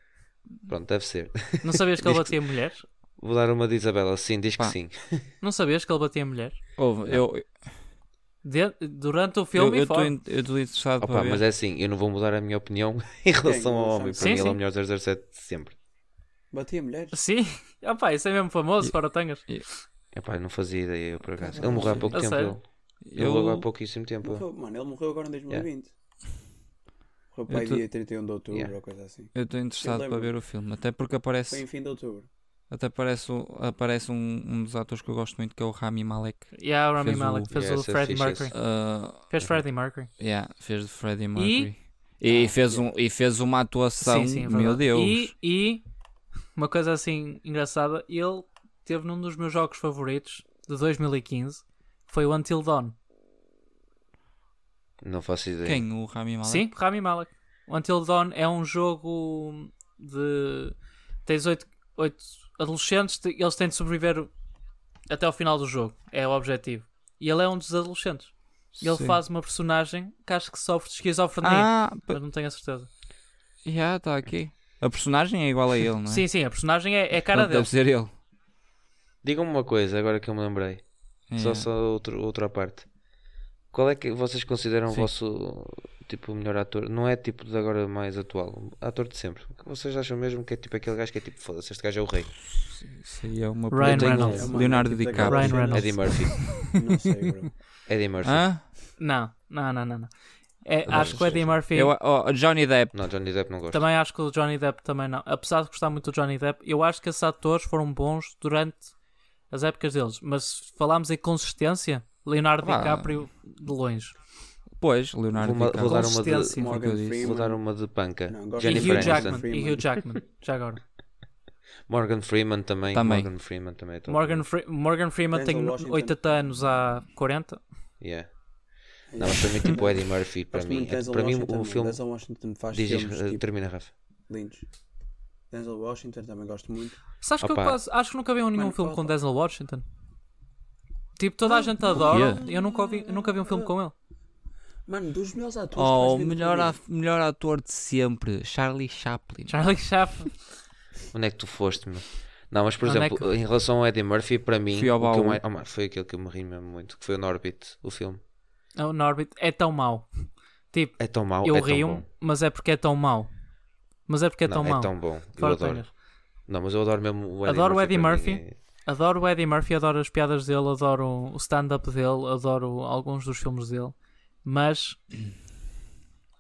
Speaker 5: Pronto, deve ser.
Speaker 3: Não sabias que ele
Speaker 5: Diz que
Speaker 3: batia em mulher?
Speaker 5: Vou dar uma de Isabela. Sim, diz
Speaker 2: Pá.
Speaker 5: que sim.
Speaker 3: Não sabias que ele batia em mulher?
Speaker 2: Houve, eu
Speaker 3: De- durante o
Speaker 2: eu
Speaker 3: Ah, filme e
Speaker 2: eu
Speaker 3: fora.
Speaker 2: estou interessado
Speaker 5: Opa,
Speaker 2: para ver.
Speaker 5: mas é assim, eu não vou mudar a minha opinião em relação ao homem. Para
Speaker 3: Sim,
Speaker 5: mim, ele é
Speaker 3: sim.
Speaker 5: o melhor 007 de sempre.
Speaker 4: Batia mulheres.
Speaker 3: Sim, opá, isso é mesmo famoso para o Tangas.
Speaker 5: Epá, eu não fazia ideia, eu por acaso. Ele morreu há pouco
Speaker 3: A
Speaker 5: tempo.
Speaker 3: sério?
Speaker 5: Ele Ele
Speaker 2: eu,
Speaker 5: morreu há pouquíssimo tempo.
Speaker 4: Morreu- mano, ele morreu agora em 2020. Morreu para
Speaker 2: Eu
Speaker 4: aí
Speaker 2: tô-
Speaker 4: dia 31 de outubro
Speaker 5: Yeah.
Speaker 4: ou coisa assim.
Speaker 2: eu estou interessado para
Speaker 4: lembro-me.
Speaker 2: ver o filme, até porque
Speaker 4: Foi em
Speaker 2: aparece,
Speaker 4: fim de outubro.
Speaker 2: até aparece, o- aparece um, um dos atores que eu gosto muito que é o Rami Malek.
Speaker 3: E yeah, o Rami
Speaker 2: Fez o-
Speaker 3: Malek fez
Speaker 5: Yeah,
Speaker 3: o
Speaker 5: esse é
Speaker 3: Freddie
Speaker 5: fixe,
Speaker 3: Mercury.
Speaker 5: esse.
Speaker 2: Ah,
Speaker 3: Fez Freddie Mercury.
Speaker 2: yeah, fez de Freddie Mercury. E, fez um, e fez uma atuação,
Speaker 3: Ah, Sim, sim, é
Speaker 2: meu
Speaker 3: verdade.
Speaker 2: Deus.
Speaker 3: E, e uma coisa assim engraçada, ele teve num dos meus jogos favoritos de 2015, foi o Until Dawn.
Speaker 5: Não faço ideia.
Speaker 2: Quem? O Rami Malek?
Speaker 3: Sim, Rami Malek. O Until Dawn é um jogo de. Tens oito, oito adolescentes, te- eles têm de sobreviver até ao final do jogo. É o objetivo. E ele é um dos adolescentes. E ele
Speaker 2: Sim.
Speaker 3: faz uma personagem que acho que sofre de esquizofrenia.
Speaker 2: Ah,
Speaker 3: Mas não tenho a certeza.
Speaker 2: já está aqui. A personagem é igual a ele, não é?
Speaker 3: Sim, sim, a personagem é, é a cara
Speaker 2: Portanto,
Speaker 3: dele.
Speaker 2: Deve ser ele.
Speaker 5: Digam-me uma coisa, agora que eu me lembrei. Só,
Speaker 2: Yeah.
Speaker 5: só outro, outra parte. Qual é que vocês consideram o
Speaker 2: Sim.
Speaker 5: vosso tipo o melhor ator? Não é tipo de agora mais atual, ator de sempre. Vocês acham mesmo que é tipo aquele gajo que é tipo foda-se, este gajo é o rei?
Speaker 2: Isso aí é uma
Speaker 3: Ryan
Speaker 5: Eu tenho-
Speaker 3: Reynolds.
Speaker 5: É
Speaker 2: Leonardo DiCaprio.
Speaker 3: Ryan Reynolds.
Speaker 5: Eddie Murphy.
Speaker 4: tipo, Não sei, bro.
Speaker 5: Eddie Murphy.
Speaker 2: Hã?
Speaker 3: Não, não, não, não. não. É,
Speaker 5: Adoro
Speaker 3: acho que o
Speaker 5: esse
Speaker 3: Eddie Murphy.
Speaker 2: Eu, oh, Johnny Depp.
Speaker 5: Não, Johnny Depp não gosta.
Speaker 3: Também acho que o Johnny Depp também não. Apesar de gostar muito do Johnny Depp, eu acho que esses atores foram bons durante as épocas deles. Mas se falarmos em consistência, Leonardo
Speaker 2: Ah.
Speaker 3: DiCaprio de longe.
Speaker 2: Pois, Leonardo
Speaker 5: Vou- vou
Speaker 2: DiCaprio.
Speaker 5: dar uma de-
Speaker 3: Consistência.
Speaker 2: Foi o que eu
Speaker 4: Morgan
Speaker 2: disse.
Speaker 4: Freeman.
Speaker 5: Vou dar uma de panca.
Speaker 4: Não, gosto-
Speaker 3: E
Speaker 5: Jennifer
Speaker 3: Hugh
Speaker 5: Aniston.
Speaker 3: Jackman.
Speaker 4: Freeman.
Speaker 3: E Hugh Jackman. Já agora.
Speaker 5: Morgan Freeman também.
Speaker 2: Também.
Speaker 5: Morgan Freeman também é top.
Speaker 3: Morgan, Fre- Morgan Freeman
Speaker 4: Denzel
Speaker 3: tem
Speaker 4: Washington.
Speaker 3: 80 anos há 40.
Speaker 5: Yeah. Não, mas para mim tipo o Eddie Murphy, para
Speaker 4: Gosto
Speaker 5: mim.
Speaker 4: muito de
Speaker 5: é-
Speaker 4: Denzel
Speaker 5: para mim
Speaker 4: Washington.
Speaker 5: o filme.
Speaker 4: Denzel Washington faz
Speaker 5: Diz,
Speaker 4: filmes
Speaker 5: diz, eh,
Speaker 4: tipo,
Speaker 5: termina, Rafa.
Speaker 4: lindos. Denzel Washington também gosto muito.
Speaker 3: Sabes que eu
Speaker 5: Opa.
Speaker 3: quase, acho que nunca vi um, nenhum
Speaker 4: Mano,
Speaker 3: filme com
Speaker 4: opa.
Speaker 3: Denzel Washington. Tipo, toda a gente adora.
Speaker 2: quê?
Speaker 3: Eu nunca, ouvi, eu nunca vi um filme com ele.
Speaker 4: Mano, dos meus atores.
Speaker 2: Oh, o
Speaker 4: que vais ver
Speaker 2: melhor,
Speaker 4: na tua vida.
Speaker 2: af- melhor ator de sempre, Charlie Chaplin.
Speaker 3: Charlie Chaplin.
Speaker 5: Onde é que tu foste, meu? Não, mas por
Speaker 3: Onde é
Speaker 5: exemplo,
Speaker 3: que-
Speaker 5: em relação ao Eddie Murphy, para mim,
Speaker 2: Fui ao
Speaker 5: o que eu
Speaker 2: baú.
Speaker 5: mais- oh, mano, foi aquele que eu me ri mesmo muito, que foi o Norbit, o filme.
Speaker 3: O Norbit é tão mau. Tipo,
Speaker 5: É tão mau,
Speaker 3: eu
Speaker 5: é tão
Speaker 3: rio,
Speaker 5: bom.
Speaker 3: mas é porque é tão mau. Mas é porque é
Speaker 5: não,
Speaker 3: tão mau.
Speaker 5: é tão bom. Eu
Speaker 3: Fora
Speaker 5: adoro.
Speaker 3: Tonhas.
Speaker 5: Não, mas eu adoro mesmo o Eddie
Speaker 3: Adoro o
Speaker 5: Murphy.
Speaker 3: Eddie
Speaker 5: para
Speaker 3: Murphy.
Speaker 5: mim é-
Speaker 3: Adoro o Eddie Murphy, adoro as piadas dele, adoro o stand-up dele, adoro alguns dos filmes dele. Mas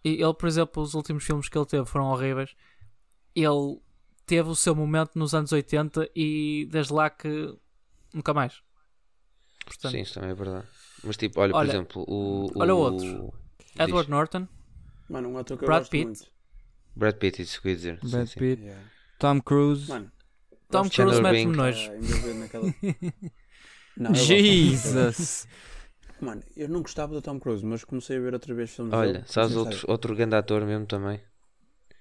Speaker 3: e ele, por exemplo, os últimos filmes que ele teve foram horríveis. Ele teve o seu momento nos anos 80 e desde lá que nunca mais. Portanto,
Speaker 5: Sim, isso também é verdade. Mas tipo, olha,
Speaker 3: Olha-
Speaker 5: por exemplo, o. o
Speaker 3: olha outro. Edward
Speaker 5: diz.
Speaker 3: Norton,
Speaker 4: Mano, um ator que
Speaker 3: Brad
Speaker 4: eu gosto
Speaker 3: Pitt.
Speaker 4: muito.
Speaker 5: Brad Pitt, isso que eu ia dizer. Sim,
Speaker 2: Brad
Speaker 5: sim.
Speaker 2: Pitt.
Speaker 4: Yeah.
Speaker 2: Tom Cruise.
Speaker 4: Mano,
Speaker 3: Tom
Speaker 4: gosto
Speaker 3: Cruise
Speaker 5: Chandler
Speaker 3: mete-me
Speaker 5: Bing.
Speaker 3: nojo.
Speaker 4: ah, envolvido naquela. Não, eu gosto muito
Speaker 2: Jesus!
Speaker 4: dele. Mano, eu não gostava do Tom Cruise, mas comecei a ver outra vez filmes dele.
Speaker 5: Olha, sabes
Speaker 4: comecei a
Speaker 5: outro, outro grande ator mesmo também?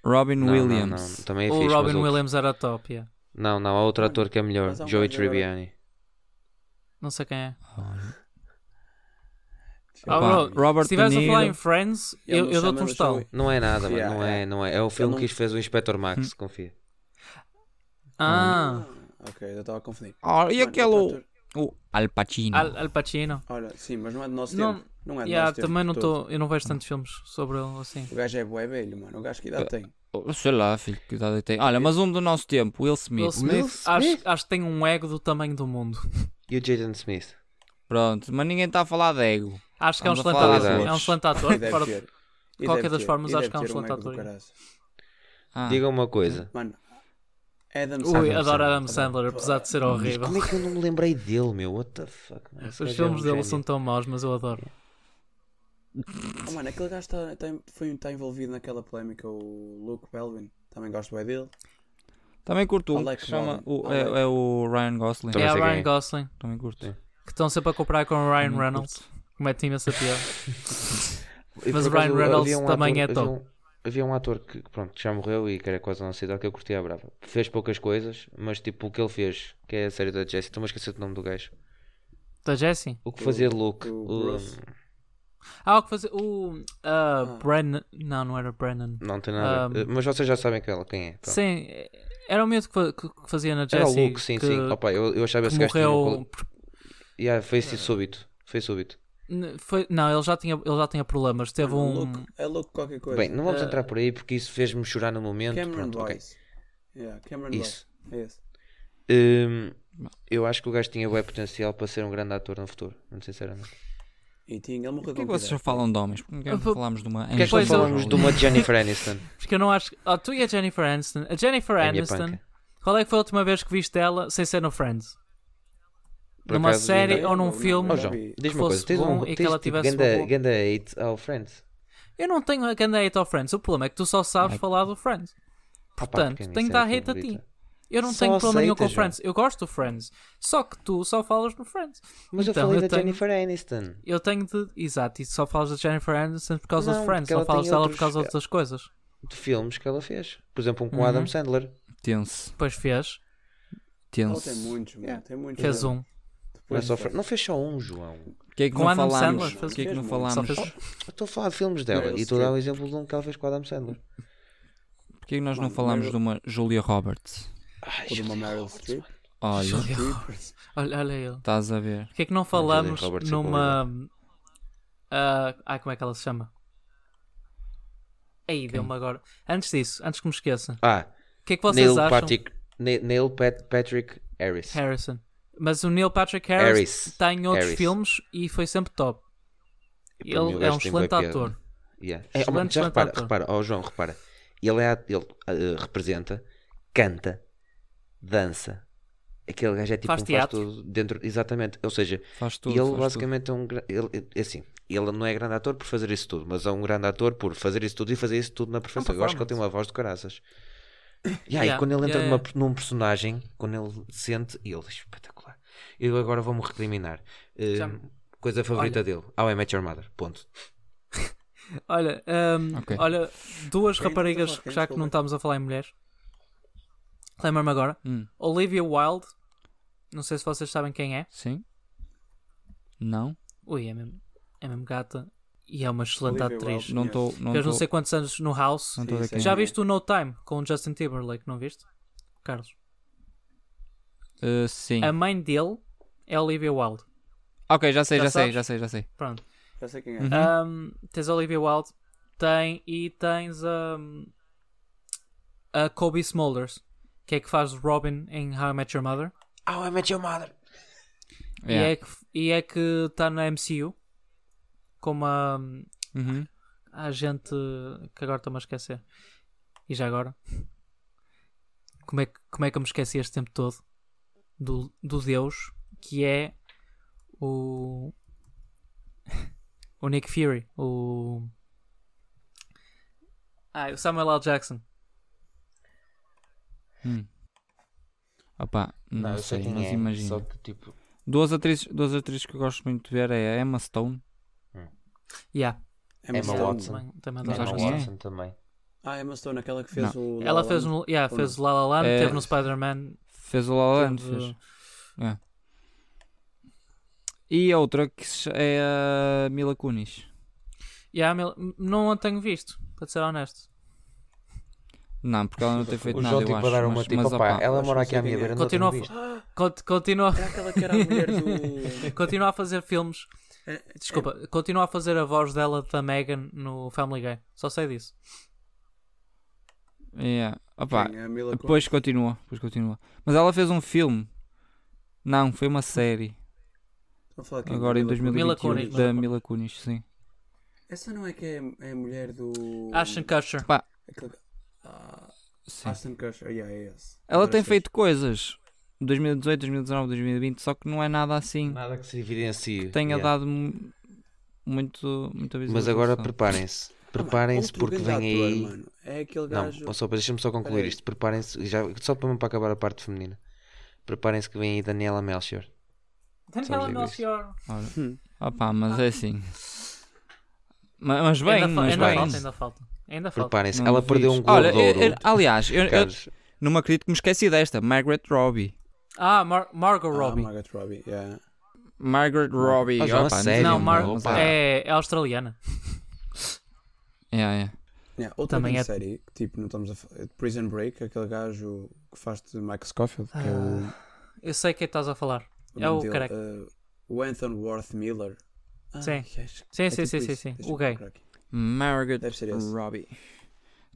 Speaker 2: Robin
Speaker 5: Não, não,
Speaker 2: Williams.
Speaker 5: não, também é
Speaker 3: O
Speaker 5: fixe, mas
Speaker 3: Robin
Speaker 5: outro-
Speaker 3: Williams era top, yeah.
Speaker 5: Não, não, há outro ator que é melhor,
Speaker 4: Mas há um
Speaker 5: Joey
Speaker 4: gajo agora-
Speaker 5: Tribbiani.
Speaker 3: não sei quem é.
Speaker 4: saber.
Speaker 3: Ah,
Speaker 2: Opa,
Speaker 3: bro,
Speaker 2: Robert
Speaker 3: se tivesse
Speaker 2: De
Speaker 3: a falar
Speaker 2: Niro.
Speaker 3: em Friends,
Speaker 4: Ele
Speaker 3: eu,
Speaker 4: não
Speaker 3: eu dou-te um
Speaker 4: chama-me
Speaker 3: estalo.
Speaker 4: Joey.
Speaker 5: Não é nada, mano,
Speaker 4: Yeah,
Speaker 5: não
Speaker 4: yeah.
Speaker 5: é, não é. É o filme
Speaker 4: não-
Speaker 5: que isto fez o Inspector Max,
Speaker 3: Hum.
Speaker 5: confia.
Speaker 3: Ah,
Speaker 4: Ok, eu estava a confundir.
Speaker 2: Ah, e
Speaker 4: Mano, outro
Speaker 2: aquele.
Speaker 4: ator-
Speaker 2: O Al Pacino.
Speaker 3: Al, Al Pacino.
Speaker 4: Olha, sim, mas não é do nosso
Speaker 3: Não-
Speaker 4: tempo. Não é do
Speaker 3: Yeah,
Speaker 4: nosso tempo.
Speaker 3: também não
Speaker 4: de
Speaker 3: estou. Eu não vejo tantos filmes sobre ele assim.
Speaker 4: todo. O gajo é bué velho, mano. O gajo que idade tem?
Speaker 2: Oh, Sei lá, filho, que idade tem. Olha, mas um do nosso tempo, Will Smith.
Speaker 3: Will Smith, Acho, acho que tem um ego do tamanho do mundo.
Speaker 5: E o Jaden Smith?
Speaker 2: Pronto, mas ninguém está a falar de ego.
Speaker 3: Acho que é um
Speaker 2: Estamos
Speaker 3: excelente
Speaker 2: a falar
Speaker 3: ator.
Speaker 5: de
Speaker 3: É um
Speaker 2: outros.
Speaker 3: excelente
Speaker 4: E
Speaker 3: ator.
Speaker 4: deve
Speaker 3: fora-
Speaker 4: ter. E
Speaker 3: qualquer
Speaker 4: deve
Speaker 3: das
Speaker 4: ter.
Speaker 3: formas,
Speaker 4: E
Speaker 3: acho
Speaker 4: deve
Speaker 3: que é um
Speaker 4: ter
Speaker 3: excelente
Speaker 4: ego do
Speaker 3: ator.
Speaker 4: caraças.
Speaker 2: Ah,
Speaker 5: Diga uma coisa.
Speaker 4: Mano, Adam
Speaker 3: Ui,
Speaker 4: Sandler.
Speaker 3: adoro Adam Sandler, apesar de ser horrível.
Speaker 5: Como é que eu não me lembrei dele, meu? What the fuck? mano? Esse
Speaker 3: Os
Speaker 5: gajo é um
Speaker 3: filmes dele
Speaker 5: gênio.
Speaker 3: são tão maus, mas eu adoro.
Speaker 4: Oh, mano, aquele gajo está tá, foi- tá envolvido naquela polémica, o Luke Belvin. Também gosto bem dele.
Speaker 2: Também curto um
Speaker 4: Alec
Speaker 2: que se chama.
Speaker 4: Baldwin.
Speaker 2: O, é,
Speaker 4: Alec.
Speaker 2: é o Ryan Gosling.
Speaker 5: Também
Speaker 3: É a
Speaker 5: sei quem
Speaker 3: Ryan
Speaker 5: é.
Speaker 3: Gosling,
Speaker 2: Também curto.
Speaker 5: Sim.
Speaker 3: que estão sempre a comparar com o Ryan
Speaker 2: Também
Speaker 3: Reynolds. é
Speaker 2: curto.
Speaker 3: Comete imensa
Speaker 5: E,
Speaker 3: piada. Mas
Speaker 5: por
Speaker 3: o
Speaker 5: acaso,
Speaker 3: Ryan Reynolds
Speaker 5: havia um
Speaker 3: também
Speaker 5: ator-
Speaker 3: é
Speaker 5: havia um- Havia um ator que, que, pronto, já morreu e que era quase da nossa idade, que eu curtia a brava. Fez poucas coisas, mas tipo, o que ele fez, que é a série da Jessie, estou-me a esquecer do nome do gajo.
Speaker 3: Da Jessie?
Speaker 5: O que
Speaker 4: O-
Speaker 5: fazia de Luke?
Speaker 4: o
Speaker 5: O-
Speaker 4: Bruce.
Speaker 3: Há algo que fazer. O. ah, Brennan. Não, não era Brennan.
Speaker 5: Não tem nada. a ver. Mas vocês já sabem quem é. Quem é pronto.
Speaker 3: Sim, era o mesmo que, fa- que- que fazia na Jessie.
Speaker 5: Era o Luke, sim,
Speaker 3: É, que,
Speaker 5: sim. Opa, eu, eu achava
Speaker 3: que
Speaker 5: esse gajo. tinha uma
Speaker 3: morreu. Ah.
Speaker 5: quali- Yeah, foi assim súbito. Foi súbito.
Speaker 3: N- foi- não, ele já, tinha, ele já tinha problemas. Teve um.
Speaker 4: Louco, é louco qualquer coisa.
Speaker 5: Bem, não vamos
Speaker 4: Ah,
Speaker 5: entrar por aí porque isso fez-me chorar no momento.
Speaker 4: Cameron
Speaker 5: Pronto, ok.
Speaker 4: Boyce. Yeah, Cameron
Speaker 5: Isso.
Speaker 4: Boyce. É esse.
Speaker 5: Hum, eu acho que o gajo tinha bom potencial para ser um grande ator no futuro, muito sinceramente.
Speaker 4: E tinha, ele morreu
Speaker 2: Porquê
Speaker 4: com
Speaker 2: que vocês só
Speaker 4: idade?
Speaker 2: falam de homens? Porque não
Speaker 3: Ah, pô-
Speaker 2: falámos de uma
Speaker 5: Porquê é que não
Speaker 3: Pois, eu-
Speaker 5: falamos de uma Jennifer Aniston?
Speaker 3: Porque eu não acho. Oh, tu e a Jennifer Aniston. A Jennifer
Speaker 5: É a minha
Speaker 3: Aniston.
Speaker 5: panca.
Speaker 3: Qual é que foi a última vez que viste ela sem ser no Friends?
Speaker 5: Por
Speaker 3: Numa
Speaker 5: acaso,
Speaker 3: série
Speaker 5: ainda-
Speaker 3: ou num
Speaker 4: não, não,
Speaker 3: filme?
Speaker 5: Oh,
Speaker 4: não.
Speaker 5: João,
Speaker 4: vi.
Speaker 5: diz-me
Speaker 3: que
Speaker 5: uma coisa.
Speaker 3: fosse
Speaker 5: Tens um
Speaker 3: bom e que
Speaker 5: tens, tipo,
Speaker 3: ela tivesse uma
Speaker 5: ganda,
Speaker 3: boa-
Speaker 5: ganda hate ao Friends.
Speaker 3: Eu não tenho a grande hate ao Friends. O problema é que tu só sabes falar do Friends.
Speaker 5: Ah, pá,
Speaker 3: Portanto,
Speaker 5: porque a minha
Speaker 3: tenho de
Speaker 5: série
Speaker 3: dar hate a ti.
Speaker 5: favorita.
Speaker 3: Eu não
Speaker 5: Só
Speaker 3: tenho problema nenhum com o
Speaker 5: aceitas,
Speaker 3: Friends. Eu gosto do Friends. Só que tu só falas no Friends.
Speaker 5: Mas
Speaker 3: Então,
Speaker 5: eu falei
Speaker 3: eu
Speaker 5: da
Speaker 3: tenho-
Speaker 5: Jennifer Aniston.
Speaker 3: Eu tenho de. Exato, e só falas da Jennifer Aniston por causa
Speaker 5: Não,
Speaker 3: do Friends.
Speaker 5: porque
Speaker 3: Só
Speaker 5: ela
Speaker 3: falas
Speaker 5: tem
Speaker 3: dela por
Speaker 5: outros-
Speaker 3: causa de outras coisas.
Speaker 5: De filmes que ela fez. Por exemplo, um com
Speaker 3: Uhum.
Speaker 5: Adam Sandler.
Speaker 2: Tenso,
Speaker 3: Depois fez.
Speaker 4: Ele
Speaker 5: é
Speaker 4: tem
Speaker 2: tenso.
Speaker 4: muitos, mano. Tem muitos.
Speaker 3: Fez um.
Speaker 5: Não, é
Speaker 4: Depois
Speaker 5: só
Speaker 4: fez.
Speaker 5: Fran- não fez só um, João.
Speaker 2: Porquê é que
Speaker 3: Com
Speaker 2: não
Speaker 3: Adam
Speaker 2: falámos?
Speaker 3: Sandler, fez- um.
Speaker 2: Porquê é que não
Speaker 4: fez
Speaker 2: falámos?
Speaker 3: Só fez.
Speaker 5: Eu Estou a falar de filmes dela
Speaker 4: Meryl
Speaker 5: e
Speaker 3: é-
Speaker 5: estou a dar o
Speaker 4: Streep.
Speaker 5: exemplo de um que ela fez com o Adam Sandler.
Speaker 2: Porquê é que nós não
Speaker 4: Mano,
Speaker 2: falámos
Speaker 4: mas-
Speaker 2: de uma Julia Roberts?
Speaker 5: Ai, um
Speaker 4: Ou de uma
Speaker 5: Julia
Speaker 4: Meryl
Speaker 5: Roberts,
Speaker 4: Streep.
Speaker 5: mano.
Speaker 2: Olha,
Speaker 3: Julia Roberts. Olha, olha ele.
Speaker 2: estás a ver.
Speaker 3: Porquê é que não falamos
Speaker 5: Julia Roberts é
Speaker 3: numa. ah, ah, como é que ela se chama? Aí, deu-me agora. Antes disso, antes que me esqueça.
Speaker 5: Ah,
Speaker 3: O que é que vocês
Speaker 5: Neil,
Speaker 3: acham?
Speaker 5: Patrick, Ne- Neil Pat- Patrick Harris.
Speaker 3: Harrison. Mas o Neil Patrick Harris,
Speaker 5: Harris.
Speaker 3: está em outros
Speaker 5: Harris.
Speaker 3: filmes e foi sempre top.
Speaker 5: E para mim o
Speaker 3: Ele é
Speaker 5: gajo
Speaker 3: um
Speaker 5: tem bué
Speaker 3: excelente
Speaker 5: piada.
Speaker 3: ator.
Speaker 5: Yeah. É,
Speaker 3: Excelente,
Speaker 5: mas já
Speaker 3: excelente
Speaker 5: repara,
Speaker 3: ator.
Speaker 5: repara, oh João, repara. Ele, é, at- ele ah, representa, canta, dança. Aquele gajo é tipo
Speaker 3: Faz
Speaker 5: um faz
Speaker 3: teatro.
Speaker 5: tudo dentro. Exatamente. Ou seja,
Speaker 2: Faz tudo.
Speaker 5: ele
Speaker 2: faz
Speaker 5: basicamente é um gra- ele, é assim, ele não é grande ator por fazer isso tudo, mas é um grande ator por fazer isso tudo e fazer isso tudo na perfeição. Eu acho que ele tem uma voz de caraças. Yeah,
Speaker 3: Yeah,
Speaker 5: e quando ele entra
Speaker 3: yeah,
Speaker 5: numa- num personagem, quando ele sente, ele é espetacular. Eu agora vou-me recriminar. Eh,
Speaker 3: Já-
Speaker 5: coisa favorita dele. How I Met Your Mother. Ponto.
Speaker 3: Olha, hum,
Speaker 2: Ok.
Speaker 3: olha duas
Speaker 4: Quem?
Speaker 3: raparigas,
Speaker 4: Quem?
Speaker 3: já que
Speaker 4: Desculpa.
Speaker 3: não estamos a falar em mulheres, lembra-me agora:
Speaker 2: Hum.
Speaker 3: Olivia Wilde. Não sei se vocês sabem quem é.
Speaker 2: tudo. Sim? Não?
Speaker 3: Ui, é mesmo, é mesmo gata e é uma excelente
Speaker 4: Olivia
Speaker 3: atriz.
Speaker 4: Wilde.
Speaker 2: Não estou. Não
Speaker 3: Fez não
Speaker 2: tô-
Speaker 3: sei quantos anos no House.
Speaker 2: Não estou a ver
Speaker 4: Sim,
Speaker 2: quem
Speaker 3: Já
Speaker 2: é.
Speaker 3: viste o No Time com o Justin Timberlake, não viste? Carlos.
Speaker 2: Uh, sim.
Speaker 3: A mãe dele é Olivia Wilde.
Speaker 2: Ok, já sei,
Speaker 3: já
Speaker 2: já sei,
Speaker 3: sabes?
Speaker 2: já sei, já sei.
Speaker 3: Pronto.
Speaker 4: Já sei
Speaker 2: Uhum.
Speaker 4: quem é.
Speaker 3: Um, tens a Olivia Wilde, tem e tens um, a Kobe Smulders, que é que faz Robin em How I Met Your Mother,
Speaker 5: How I Met Your Mother.
Speaker 3: e é
Speaker 2: Yeah.
Speaker 3: que e é que está na MCU como a,
Speaker 2: Uhum.
Speaker 3: a gente que agora estou-me a esquecer. E já agora? Como é, que, como é que eu me esqueci este tempo todo do, do Deus que é o. o Nick Fury, o. Ah, o Samuel L. Jackson.
Speaker 2: Opa, não,
Speaker 5: eu
Speaker 2: sei,
Speaker 5: quem
Speaker 2: mas
Speaker 5: é,
Speaker 2: imagina.
Speaker 5: Só que tipo.
Speaker 2: Duas, atrizes, duas atrizes que eu gosto muito de ver é a Emma Stone.
Speaker 3: Yeah,
Speaker 5: Emma
Speaker 4: Stone.
Speaker 5: Watson.
Speaker 3: também, também
Speaker 2: Mas
Speaker 3: adoro
Speaker 5: Emma
Speaker 2: acho
Speaker 3: essa
Speaker 2: que é. sim.
Speaker 5: Watson também.
Speaker 4: Ah, Emma Stone, aquela que fez o. La
Speaker 3: Ela
Speaker 4: La
Speaker 3: fez
Speaker 2: um
Speaker 4: Land.
Speaker 3: no, yeah,
Speaker 4: Ou
Speaker 3: fez o La La Land,
Speaker 2: É.
Speaker 3: teve no Spider-Man.
Speaker 2: Fez o La La Land,
Speaker 3: teve- é.
Speaker 2: fez. É. E a outra que se- é a Mila Kunis.
Speaker 3: Yeah, Mel- não a tenho visto, para ser honesto.
Speaker 2: Não, porque ela não tem feito
Speaker 5: O
Speaker 2: nada,
Speaker 5: João
Speaker 2: eu
Speaker 5: tipo a
Speaker 2: acho.
Speaker 5: dar uma
Speaker 2: mas,
Speaker 5: tipo.
Speaker 2: mas,
Speaker 5: Opá,
Speaker 2: opa,
Speaker 5: ela
Speaker 4: acho
Speaker 5: mora
Speaker 4: que
Speaker 5: aqui
Speaker 4: sei
Speaker 5: à minha
Speaker 4: quem é.
Speaker 5: beira. não
Speaker 3: Continua,
Speaker 5: tenho visto.
Speaker 3: Cont- continua,
Speaker 4: Era É aquela que era a mulher do. É,
Speaker 3: continua a fazer filmes. Desculpa, continua a fazer a voz dela da Megan no Family Guy. Só sei disso.
Speaker 2: yeah. Opa,
Speaker 4: Quem? é A Mila Kunis.
Speaker 2: Depois continua, depois continua. Mas ela fez um filme. Não, foi uma série.
Speaker 4: Estou a falar quem?
Speaker 2: Agora em
Speaker 4: Mila Kunis.
Speaker 2: 2021
Speaker 3: Mila Kunis.
Speaker 2: da Mila Kunis, sim.
Speaker 4: Essa não é que é, é a mulher do.
Speaker 3: Ashton Kutcher.
Speaker 4: Aquele- Ah,
Speaker 2: sim.
Speaker 4: Ashton Kutcher, yeah, é esse.
Speaker 2: Ela
Speaker 4: Agora
Speaker 2: tem
Speaker 4: sei.
Speaker 2: feito coisas. 2018, 2019, 2020, só que não é nada assim
Speaker 5: Nada que se evidencie.
Speaker 2: que tenha
Speaker 5: Yeah.
Speaker 2: dado mu- muito, muita
Speaker 5: Mas agora
Speaker 2: visualização.
Speaker 5: preparem-se.
Speaker 4: Ah, mano,
Speaker 5: Preparem-se
Speaker 4: outro
Speaker 5: porque vem
Speaker 4: grande ator,
Speaker 5: aí.
Speaker 4: mano. É aquele
Speaker 5: Não,
Speaker 4: gajo.
Speaker 5: ou só para deixa-me só concluir
Speaker 4: Peraí.
Speaker 5: isto. Preparem-se, já, só para, mesmo para acabar a parte feminina. Preparem-se que vem aí Daniela Melchior.
Speaker 3: Daniela
Speaker 5: Sabes disso.
Speaker 3: Melchior.
Speaker 2: Ora. Opá, mas é assim. Ma- Mas, bem,
Speaker 3: ainda, fa-
Speaker 2: mas
Speaker 3: ainda
Speaker 2: bem.
Speaker 3: falta, ainda falta. Ainda falta.
Speaker 5: Preparem-se.
Speaker 2: Não
Speaker 5: Ela
Speaker 2: duvides.
Speaker 5: perdeu um gol
Speaker 2: Olha,
Speaker 5: de ouro.
Speaker 2: eu- eu-
Speaker 3: ah,
Speaker 2: aliás, eu, eu
Speaker 5: Carlos,
Speaker 2: não acredito que me esqueci desta. Margaret Robbie.
Speaker 3: Ah, Mar- Margot
Speaker 4: Ah,
Speaker 3: Robbie.
Speaker 4: Margot Robbie, yeah.
Speaker 2: Margaret Robbie.
Speaker 5: Ah, João, a
Speaker 2: Opa,
Speaker 5: sério,
Speaker 2: sei.
Speaker 3: não,
Speaker 5: meu,
Speaker 3: Mar...
Speaker 5: opa.
Speaker 3: é, é australiana.
Speaker 2: Yeah, yeah.
Speaker 4: Yeah, outra
Speaker 3: Também
Speaker 4: Também
Speaker 3: é-
Speaker 4: série, que, tipo, não estamos a falar. Prison Break, aquele gajo que faz de Mike Scofield, que é o.
Speaker 3: Eu sei quem estás a falar.
Speaker 4: o
Speaker 3: Ah, É
Speaker 4: nome
Speaker 3: o
Speaker 4: dele,
Speaker 3: crack.
Speaker 4: eh, o Anthon Worth Miller. Ah,
Speaker 3: Sim.
Speaker 4: que gajo.
Speaker 3: Sim,
Speaker 4: É
Speaker 3: sim,
Speaker 4: tipo
Speaker 3: sim, sim,
Speaker 4: isso.
Speaker 3: sim.
Speaker 4: Deixa
Speaker 3: O
Speaker 4: eu procurar
Speaker 3: gay.
Speaker 4: aqui.
Speaker 2: Margaret
Speaker 4: Deve ser esse.
Speaker 2: Robbie.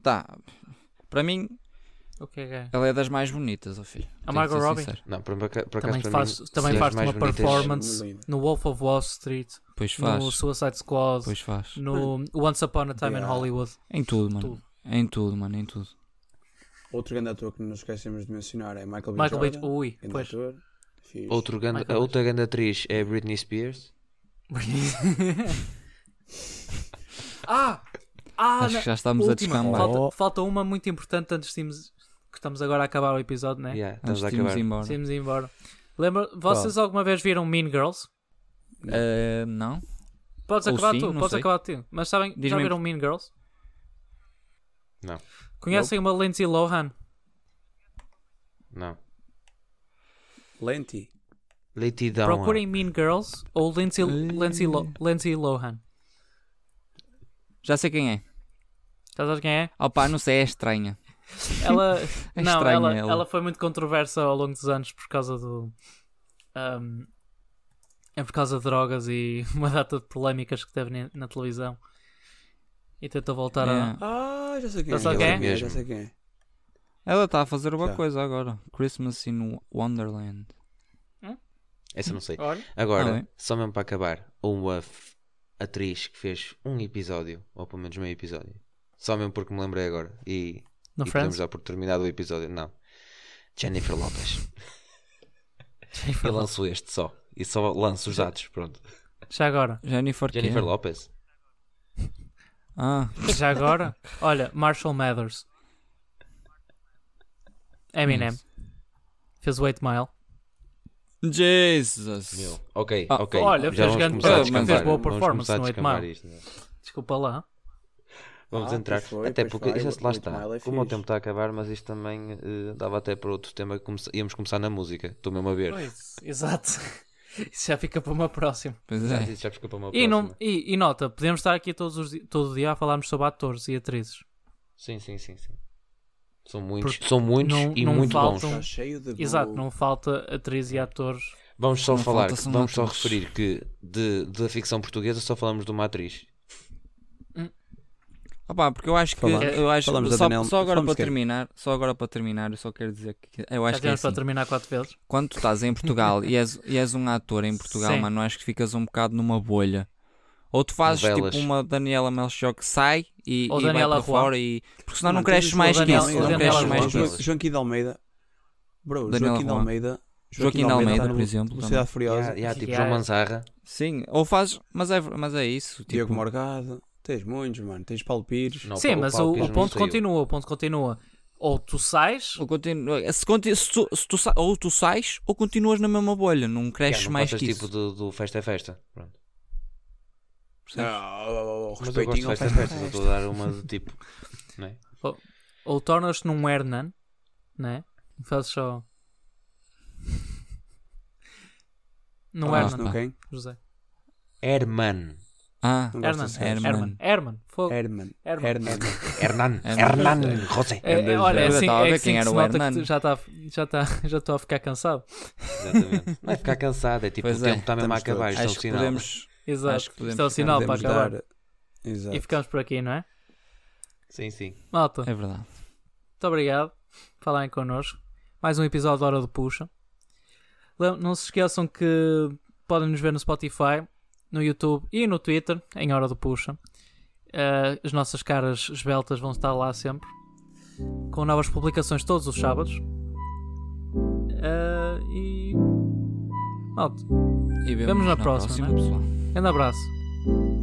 Speaker 2: Tá. Para mim,
Speaker 4: eh,
Speaker 3: O que é que é?
Speaker 2: ela é das mais bonitas, ó filho. Tenho que
Speaker 3: Margot
Speaker 2: ser
Speaker 3: Robbie?
Speaker 2: sincero.
Speaker 5: Não, por, por acaso
Speaker 3: Também
Speaker 5: para
Speaker 3: faz,
Speaker 5: mim,
Speaker 3: também
Speaker 5: das
Speaker 3: faz
Speaker 5: mais
Speaker 3: uma
Speaker 5: bonitas-
Speaker 3: performance
Speaker 4: Linda.
Speaker 3: no Wolf of Wall Street,
Speaker 2: Pois faz.
Speaker 3: no Suicide Squad,
Speaker 2: Pois faz.
Speaker 3: no Once Upon a Time in
Speaker 4: Yeah.
Speaker 3: Hollywood.
Speaker 2: Em tudo, mano.
Speaker 3: Tudo.
Speaker 2: Em tudo, mano. Em tudo.
Speaker 4: Outro grande ator que nos esquecemos de mencionar é Michael B.
Speaker 3: Michael Bay.
Speaker 4: Jordan.
Speaker 3: Ui,
Speaker 4: Grande
Speaker 3: pois.
Speaker 4: ator. Fixe.
Speaker 5: Outro grande,
Speaker 3: Michael
Speaker 5: a outra grande atriz é Britney Spears.
Speaker 3: ah! Ah!
Speaker 2: Acho
Speaker 3: na-
Speaker 2: que já estamos
Speaker 3: última.
Speaker 2: a descambar.
Speaker 3: Falta, falta uma muito importante antes de irmos. Que estamos agora a acabar o episódio, né?
Speaker 5: Yeah,
Speaker 2: Antes
Speaker 5: estamos
Speaker 2: de
Speaker 5: a
Speaker 2: irmos
Speaker 5: acabar.
Speaker 2: embora.
Speaker 3: Sim, vamos embora. Lembra, vocês alguma vez viram Mean Girls?
Speaker 2: Ah, não?
Speaker 3: Podes
Speaker 2: Ou
Speaker 3: acabar
Speaker 2: sim,
Speaker 3: tu,
Speaker 2: não
Speaker 3: podes
Speaker 2: sei.
Speaker 3: acabar tu. Mas sabem, já
Speaker 2: Diz-me-
Speaker 3: viram Mean Girls?
Speaker 5: Não.
Speaker 3: Conhecem uma Lindsay Lohan?
Speaker 5: Não.
Speaker 4: Lenti.
Speaker 5: Leitidão.
Speaker 2: ah.
Speaker 3: Procurem Mean Girls ou Lindsay, Lindsay,
Speaker 2: Eh.
Speaker 3: Lo- Lindsay Lohan.
Speaker 2: Já sei quem é.
Speaker 3: Já sabes quem é?
Speaker 2: Opa, não sei, é estranha.
Speaker 3: Ela,
Speaker 2: É
Speaker 3: não,
Speaker 2: estranha
Speaker 3: ela,
Speaker 2: ela.
Speaker 3: ela foi muito controversa ao longo dos anos por causa do. ahm, é por causa de drogas e uma data de polémicas que teve na, na televisão. E tentou voltar a.
Speaker 2: É.
Speaker 4: Ah, já sei quem é.
Speaker 3: Já sabe quem
Speaker 4: já
Speaker 3: é?
Speaker 4: sei Já
Speaker 5: Mesmo.
Speaker 4: sei quem é.
Speaker 2: Ela está a fazer uma
Speaker 4: Já.
Speaker 2: coisa agora. Christmas in Wonderland.
Speaker 5: Essa não sei.
Speaker 3: Olha.
Speaker 5: Agora,
Speaker 2: Ah, bem.
Speaker 5: só mesmo para acabar, uma f- atriz que fez um episódio, ou pelo menos meio episódio. Só mesmo porque me lembrei agora. E,
Speaker 3: No
Speaker 5: e podemos
Speaker 3: Friends?
Speaker 5: dar por terminado o episódio. Não. Jennifer Lopes. Eu lanço este só. E só lanço os dados, pronto.
Speaker 3: Já agora.
Speaker 2: Jennifer, quê?
Speaker 5: Jennifer Lopes.
Speaker 2: Ah,
Speaker 3: Já agora. Olha, Marshall Mathers. Eminem.
Speaker 2: Nice.
Speaker 3: Fez o 8 Mile.
Speaker 2: Jesus.
Speaker 5: Meu. Ok,
Speaker 2: Ah,
Speaker 5: ok.
Speaker 3: olha,
Speaker 5: Já
Speaker 3: fez
Speaker 5: vamos
Speaker 3: grande-
Speaker 5: começar a
Speaker 2: Ah, mas-
Speaker 5: descambar.
Speaker 2: fez
Speaker 3: boa
Speaker 5: Vamos
Speaker 3: performance
Speaker 5: começar a
Speaker 3: no Eight
Speaker 5: descambar
Speaker 3: Mile.
Speaker 5: isto, não é?
Speaker 3: Desculpa lá.
Speaker 5: Vamos
Speaker 4: Ah,
Speaker 5: entrar.
Speaker 4: pois foi,
Speaker 5: até
Speaker 4: pois
Speaker 5: porque
Speaker 4: foi,
Speaker 5: já
Speaker 4: o
Speaker 5: lá
Speaker 4: Eight
Speaker 5: está.
Speaker 4: Mile é
Speaker 5: Como o
Speaker 4: fixe.
Speaker 5: tempo está a acabar, mas isto também eh, dava até para outro tema que come- íamos começar na música. Estou mesmo a ver.
Speaker 3: Pois, exato. Isso já fica para uma próxima.
Speaker 2: Pois
Speaker 5: Já,
Speaker 2: é.
Speaker 5: disse, já ficou para uma
Speaker 3: E, não,
Speaker 5: próxima.
Speaker 3: e, e nota, podemos estar aqui todos os, di- todo o dia a falarmos sobre atores e atrizes.
Speaker 5: Sim, sim, sim, sim. São muitos,
Speaker 3: Porque
Speaker 5: são muitos
Speaker 3: não-
Speaker 5: e
Speaker 3: não
Speaker 5: muito
Speaker 3: faltam-
Speaker 5: bons.
Speaker 4: Está Tá cheio de.
Speaker 3: Exato,
Speaker 4: bom-
Speaker 3: não falta atrizes
Speaker 2: É.
Speaker 3: e atores.
Speaker 5: Vamos só
Speaker 2: Não
Speaker 5: falar,
Speaker 2: falta, assim são
Speaker 5: vamos só
Speaker 2: atores.
Speaker 5: referir que de, da ficção portuguesa só falamos de uma atriz.
Speaker 2: Opa, porque eu acho que
Speaker 4: Falamos-
Speaker 2: eu acho
Speaker 4: falamos
Speaker 2: que
Speaker 4: da
Speaker 2: só,
Speaker 4: Daniel-
Speaker 2: só agora
Speaker 4: falamos é.
Speaker 2: para
Speaker 4: de quem?
Speaker 2: terminar, só agora para terminar, eu só quero dizer que eu
Speaker 3: já
Speaker 2: acho que é
Speaker 3: tivemos para
Speaker 2: assim.
Speaker 3: terminar quatro vezes.
Speaker 2: Quando tu estás em Portugal e és, e és um ator em Portugal,
Speaker 3: Sim.
Speaker 2: mano, acho que ficas um bocado numa bolha. Ou tu fazes
Speaker 5: Novelas.
Speaker 2: tipo uma Daniela Melchior que sai e,
Speaker 3: Ou
Speaker 2: e vai
Speaker 3: Daniela
Speaker 2: para
Speaker 3: Juan.
Speaker 2: fora e. Porque senão não
Speaker 4: Mano,
Speaker 2: cresces
Speaker 4: tens
Speaker 2: mais
Speaker 3: o
Speaker 2: que
Speaker 3: Daniel-
Speaker 2: isso.
Speaker 3: o
Speaker 2: Não
Speaker 3: Daniela
Speaker 2: cresces mais
Speaker 3: Juan.
Speaker 2: que
Speaker 4: Joaquim,
Speaker 2: isso.
Speaker 5: isso.
Speaker 4: Joaquim de Almeida. Bro,
Speaker 2: Daniela
Speaker 4: Joaquim de
Speaker 2: Juan.
Speaker 4: Almeida.
Speaker 2: Joaquim de Almeida,
Speaker 4: está no-
Speaker 2: por exemplo,
Speaker 4: no
Speaker 2: também.
Speaker 4: Cidade Furiosa.
Speaker 5: Yeah, yeah, tipo
Speaker 3: Yeah.
Speaker 5: João Manzarra.
Speaker 2: Sim, ou fazes, mas é, mas é isso. Tipo,
Speaker 4: Diogo Morgado. Tens muitos, mano. Tens Paulo Pires.
Speaker 5: Não,
Speaker 3: Sim,
Speaker 5: Paulo
Speaker 3: mas
Speaker 5: Paulo
Speaker 3: o,
Speaker 2: é
Speaker 5: Pires
Speaker 3: o
Speaker 5: não
Speaker 3: ponto
Speaker 5: saiu.
Speaker 3: continua, o ponto continua. Ou tu sais,
Speaker 2: ou continu- se conti- se tu- se tu sa- ou tu sais ou continuas na mesma bolha, não cresces
Speaker 5: Yeah, não
Speaker 2: mais
Speaker 5: passas
Speaker 2: que isso.
Speaker 5: tipo do, do Festa é Festa. Pronto.
Speaker 4: Ah, oh, oh, oh,
Speaker 5: Mas eu gosto de
Speaker 4: Respeitinho ao
Speaker 5: Festa é Festa, eu estou a dar uma do tipo. não é?
Speaker 3: ou tornas-te num Hernan, né? Fazes só.
Speaker 5: um
Speaker 3: Num
Speaker 2: Ah,
Speaker 4: Fernando.
Speaker 3: Hernan,
Speaker 4: Não, quem?
Speaker 3: José.
Speaker 5: Herman.
Speaker 2: Ah,
Speaker 4: Não gosto
Speaker 3: Hernan,
Speaker 4: desse gajo.
Speaker 2: Herman.
Speaker 3: Herman, Herman, fogo.
Speaker 4: Herman.
Speaker 3: Herman.
Speaker 5: Hernan.
Speaker 2: Herman.
Speaker 5: Hernan. José.
Speaker 3: É, é,
Speaker 2: Hernan.
Speaker 3: olha, é
Speaker 2: Eu
Speaker 3: assim,
Speaker 2: estava a
Speaker 3: é
Speaker 2: ver
Speaker 3: assim
Speaker 2: quem
Speaker 3: que
Speaker 2: era
Speaker 3: se
Speaker 2: o
Speaker 3: nota que
Speaker 2: Hernan.
Speaker 3: tu já tá- já tá- já estou a ficar cansado.
Speaker 5: Exatamente. Não é ficar cansado, é tipo
Speaker 2: Pois
Speaker 5: o
Speaker 2: é,
Speaker 5: tempo está mesmo a
Speaker 4: estamos
Speaker 5: acabar. Isto é um
Speaker 2: acho que
Speaker 5: sinal.
Speaker 2: podemos. Acho
Speaker 3: Exato.
Speaker 2: que podemos
Speaker 3: Isto é o
Speaker 2: ficar-
Speaker 3: sinal para
Speaker 4: Podemos
Speaker 3: acabar.
Speaker 4: dar- Exato.
Speaker 3: E ficamos por aqui, não é?
Speaker 5: Sim, sim.
Speaker 3: Malta,
Speaker 2: É verdade.
Speaker 3: muito obrigado por falarem connosco. Mais um episódio da Hora do Puxa. Lem- Não se esqueçam que podem nos ver no Spotify, no YouTube e no Twitter, em Hora do Puxa. Eh, as nossas caras esbeltas vão estar lá sempre, com novas publicações todos os sábados. Eh, e. Malta,
Speaker 2: E
Speaker 3: Vemos na
Speaker 2: próxima
Speaker 3: próxima, né?
Speaker 2: pessoal.
Speaker 3: grande abraço.